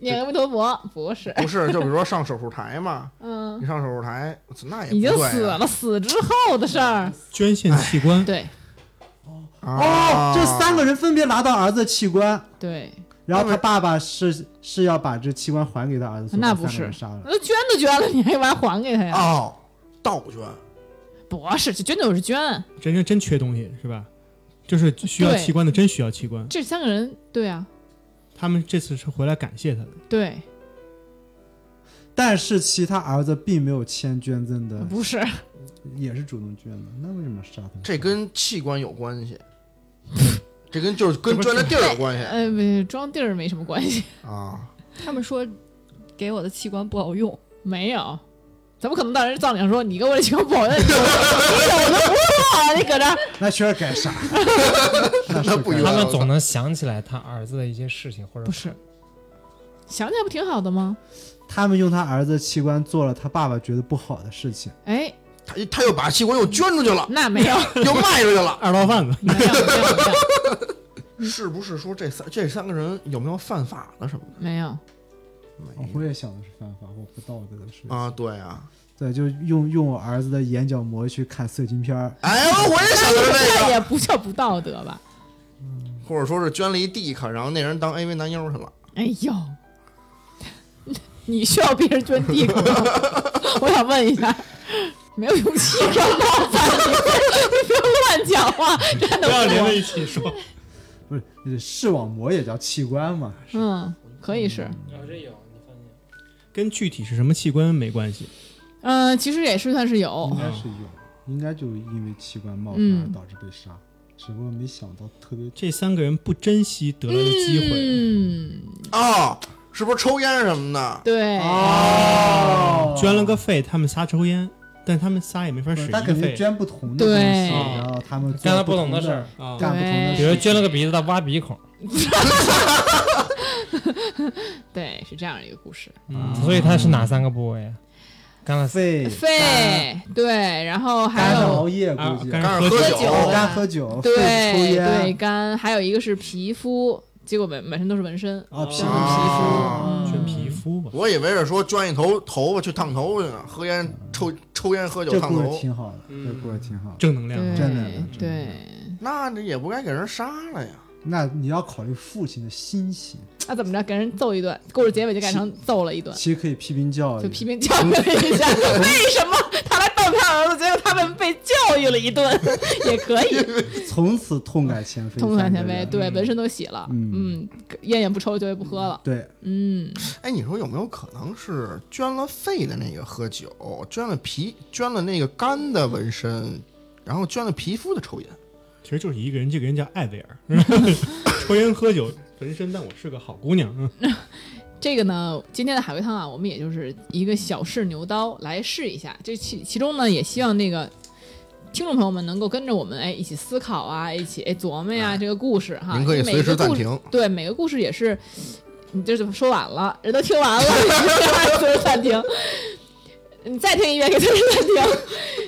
念阿弥陀佛，不是，不是就比如说上手术台嘛， <laughs> 嗯，你上手术台那也已经不对啊嗯死了，死之后的事儿。捐献器官，对啊哦哦这三个人分别拿到儿子的器官，对，然后那他爸爸是是要把这器官还给他儿子，所以那把不三个人是杀了。那捐都捐了，你还把它还给他呀？哦，倒捐不是，这捐就是捐，真真真缺东西是吧？就是需要对器官的，真需要器官。这三个人对啊，他们这次是回来感谢他的，对，但是其他儿子并没有签捐嗯赠的，不是，也是主动捐的，那为什么杀他？这跟器官有关系，这跟就是跟捐的地儿有关系呃，不装地儿没什么关系，啊。他们说给我的器官不好用，没有，怎么可能到人葬礼上说你给我这情保 <laughs> 人，你手都不啊错，你搁这儿那确实该杀，那不冤他枉们总能想起来他儿子的一些事情，或者不是，想起来不挺好的吗？他们用他儿子的器官做了他爸爸觉得不好的事情。哎，他他又把器官又捐出去了，那没有，又卖出去了。二道贩子没有，没有，没有嗯是不是说这三这三个人有没有犯法了什么没有，的？嗯哦没有我也想的是犯法或不道德的事情。啊，对啊，对，就用用我儿子的眼角膜去看色情片儿， <laughs> 哎，我也想的是这那个，也不叫不道德吧？或者说是捐了一地卡，然后那人当 AV 男优去了。哎呦， <laughs> 你需要别人捐地吗？ <laughs> 我想问一下，没有勇气说冒犯你，你别乱讲话，真的不要连在不一起说，不是呃视网膜也叫器官嘛？嗯，可以是，这有你放心。跟具体是什么器官没关系。嗯、其实也是算是有应，该是有，应该就因为器官冒犯哦嗯而导致被杀，只不过没想到特别这三个人不珍惜得来的机会，嗯，哦，是不是抽烟什么的？对，哦捐了个肺，他们仨抽烟，但他们仨也没法不使是一他个肯定肺捐不同的东西，对然后他们做干了不懂同的事儿，啊。干不同的对事比儿，如捐了个鼻子，他挖鼻孔，对，是这样一个故事。嗯所以他是哪三个部位啊？干了肺、肺，对，然后还肝有熬夜啊估计，干干喝喝喝酒酒，肝喝酒，对肺抽对烟，肝，还有一个是皮肤，结果满满身都是纹身，啊，皮肤啊皮肤，捐皮肤吧，我以为是说捐一头头发去烫头去呢，喝烟抽抽烟喝酒这烫故事头，挺好的，这嗯故事挺好的。正能量。对真的真的对。那这也不该给人杀了呀。那你要考虑父亲的心情，那怎么着，给人揍一顿，故事结尾就改成揍了一顿，其实可以批评教育，就批评教育了一 <laughs> 下，为什么他来抱他儿子，结果他们被教育了一 <laughs> 顿，也可以从此痛改前非，痛改前三个非。人对，纹身都洗了，嗯嗯，烟也不抽，酒也不喝了，对，嗯，哎，你说有没有可能是捐了肺的那个喝酒，捐了皮，捐了那个肝的纹身，然后捐了皮肤的抽烟？其实就是一个人，这个人叫艾薇儿， <laughs> 抽烟喝酒纹身，但我是个好姑娘。嗯这个呢，今天的海龟汤啊，我们也就是一个小试牛刀来试一下。这其其中呢，也希望那个听众朋友们能够跟着我们哎一起思考啊，一起哎琢磨呀、这个故事哈。您可以啊因为每随时个暂故事停。对，每个故事也是，你这就说完了，人都听完了， <laughs> 就是暂停。你再听一遍，给他暂停。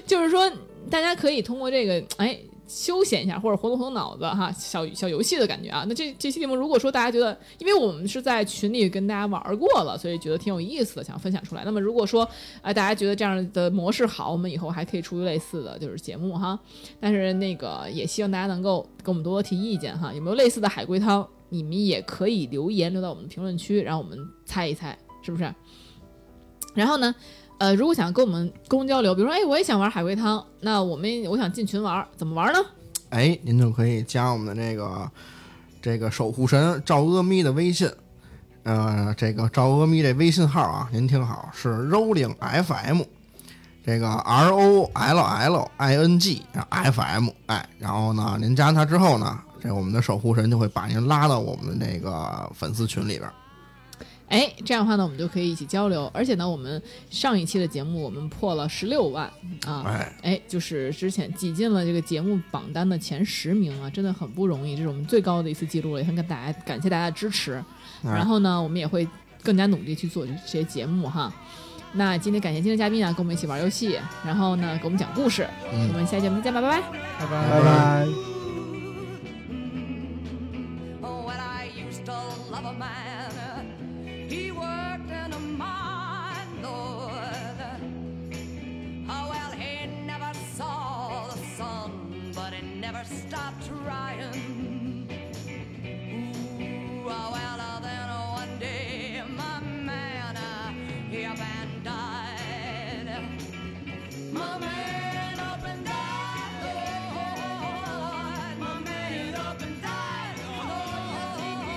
就是说，大家可以通过这个，哎，休闲一下，或者活动活动脑子哈，小小游戏的感觉啊。那这这期节目，如果说大家觉得，因为我们是在群里跟大家玩儿过了，所以觉得挺有意思的，想分享出来。那么如果说，哎、大家觉得这样的模式好，我们以后还可以出类似的就是节目哈。但是那个也希望大家能够给我们多多提意见哈，有没有类似的海龟汤？你们也可以留言留到我们的评论区，然后我们猜一猜是不是？然后呢，呃，如果想跟我们沟通交流，比如说哎，我也想玩海龟汤，那我们我想进群玩，怎么玩呢？哎，您就可以加我们的这个这个守护神赵阿咪的微信，呃，这个赵阿咪这微信号啊，您听好是 Rolling FM，这个 R O L L I N G F M，哎，然后呢，您加他之后呢，这我们的守护神就会把您拉到我们的那个粉丝群里边。哎，这样的话呢，我们就可以一起交流。而且呢，我们上一期的节目我们破了十六万啊，哎，哎，就是之前挤进了这个节目榜单的前十名啊，真的很不容易，这是我们最高的一次记录了，也很感大家感谢大家的支持。然后呢，我们也会更加努力去做这些节目哈。那今天感谢今天的嘉宾啊，跟我们一起玩游戏，然后呢给我们讲故事。嗯我们下期节目再见吧，拜拜。拜拜。 Oh, when I used to love a man, he worked in a mine, Lord. Oh, well, he never saw the sun, but he never stopped trying. Ooh, oh, well, uh, then uh, one day, my man, uh, he up and died. My man up and died, Lord. My man up and died,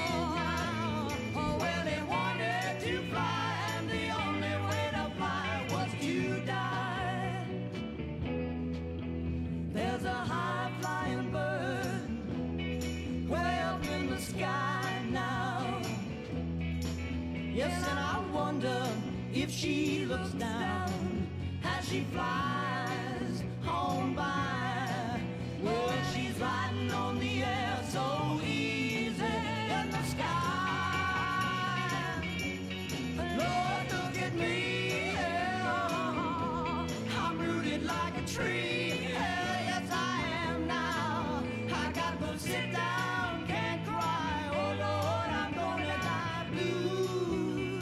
Lord. Oh, well, he wanted to fly, and the only way to fly was to die. There's a high flying bird way up in the sky now. Yes, and I wonder if she looks down as she flies home by. Well, she's riding on the air so easy in the sky. Lord, look at me. yeah. I'm rooted like a tree. Yeah, yes, I am now. I got to sit down, can't cry. Oh, Lord, I'm gonna die blue.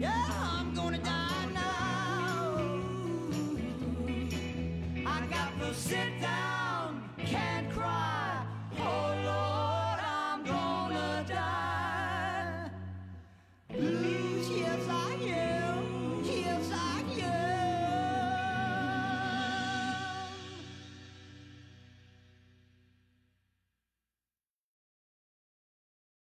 Yeah, I'm gonna die now. I got to sit down. Oh,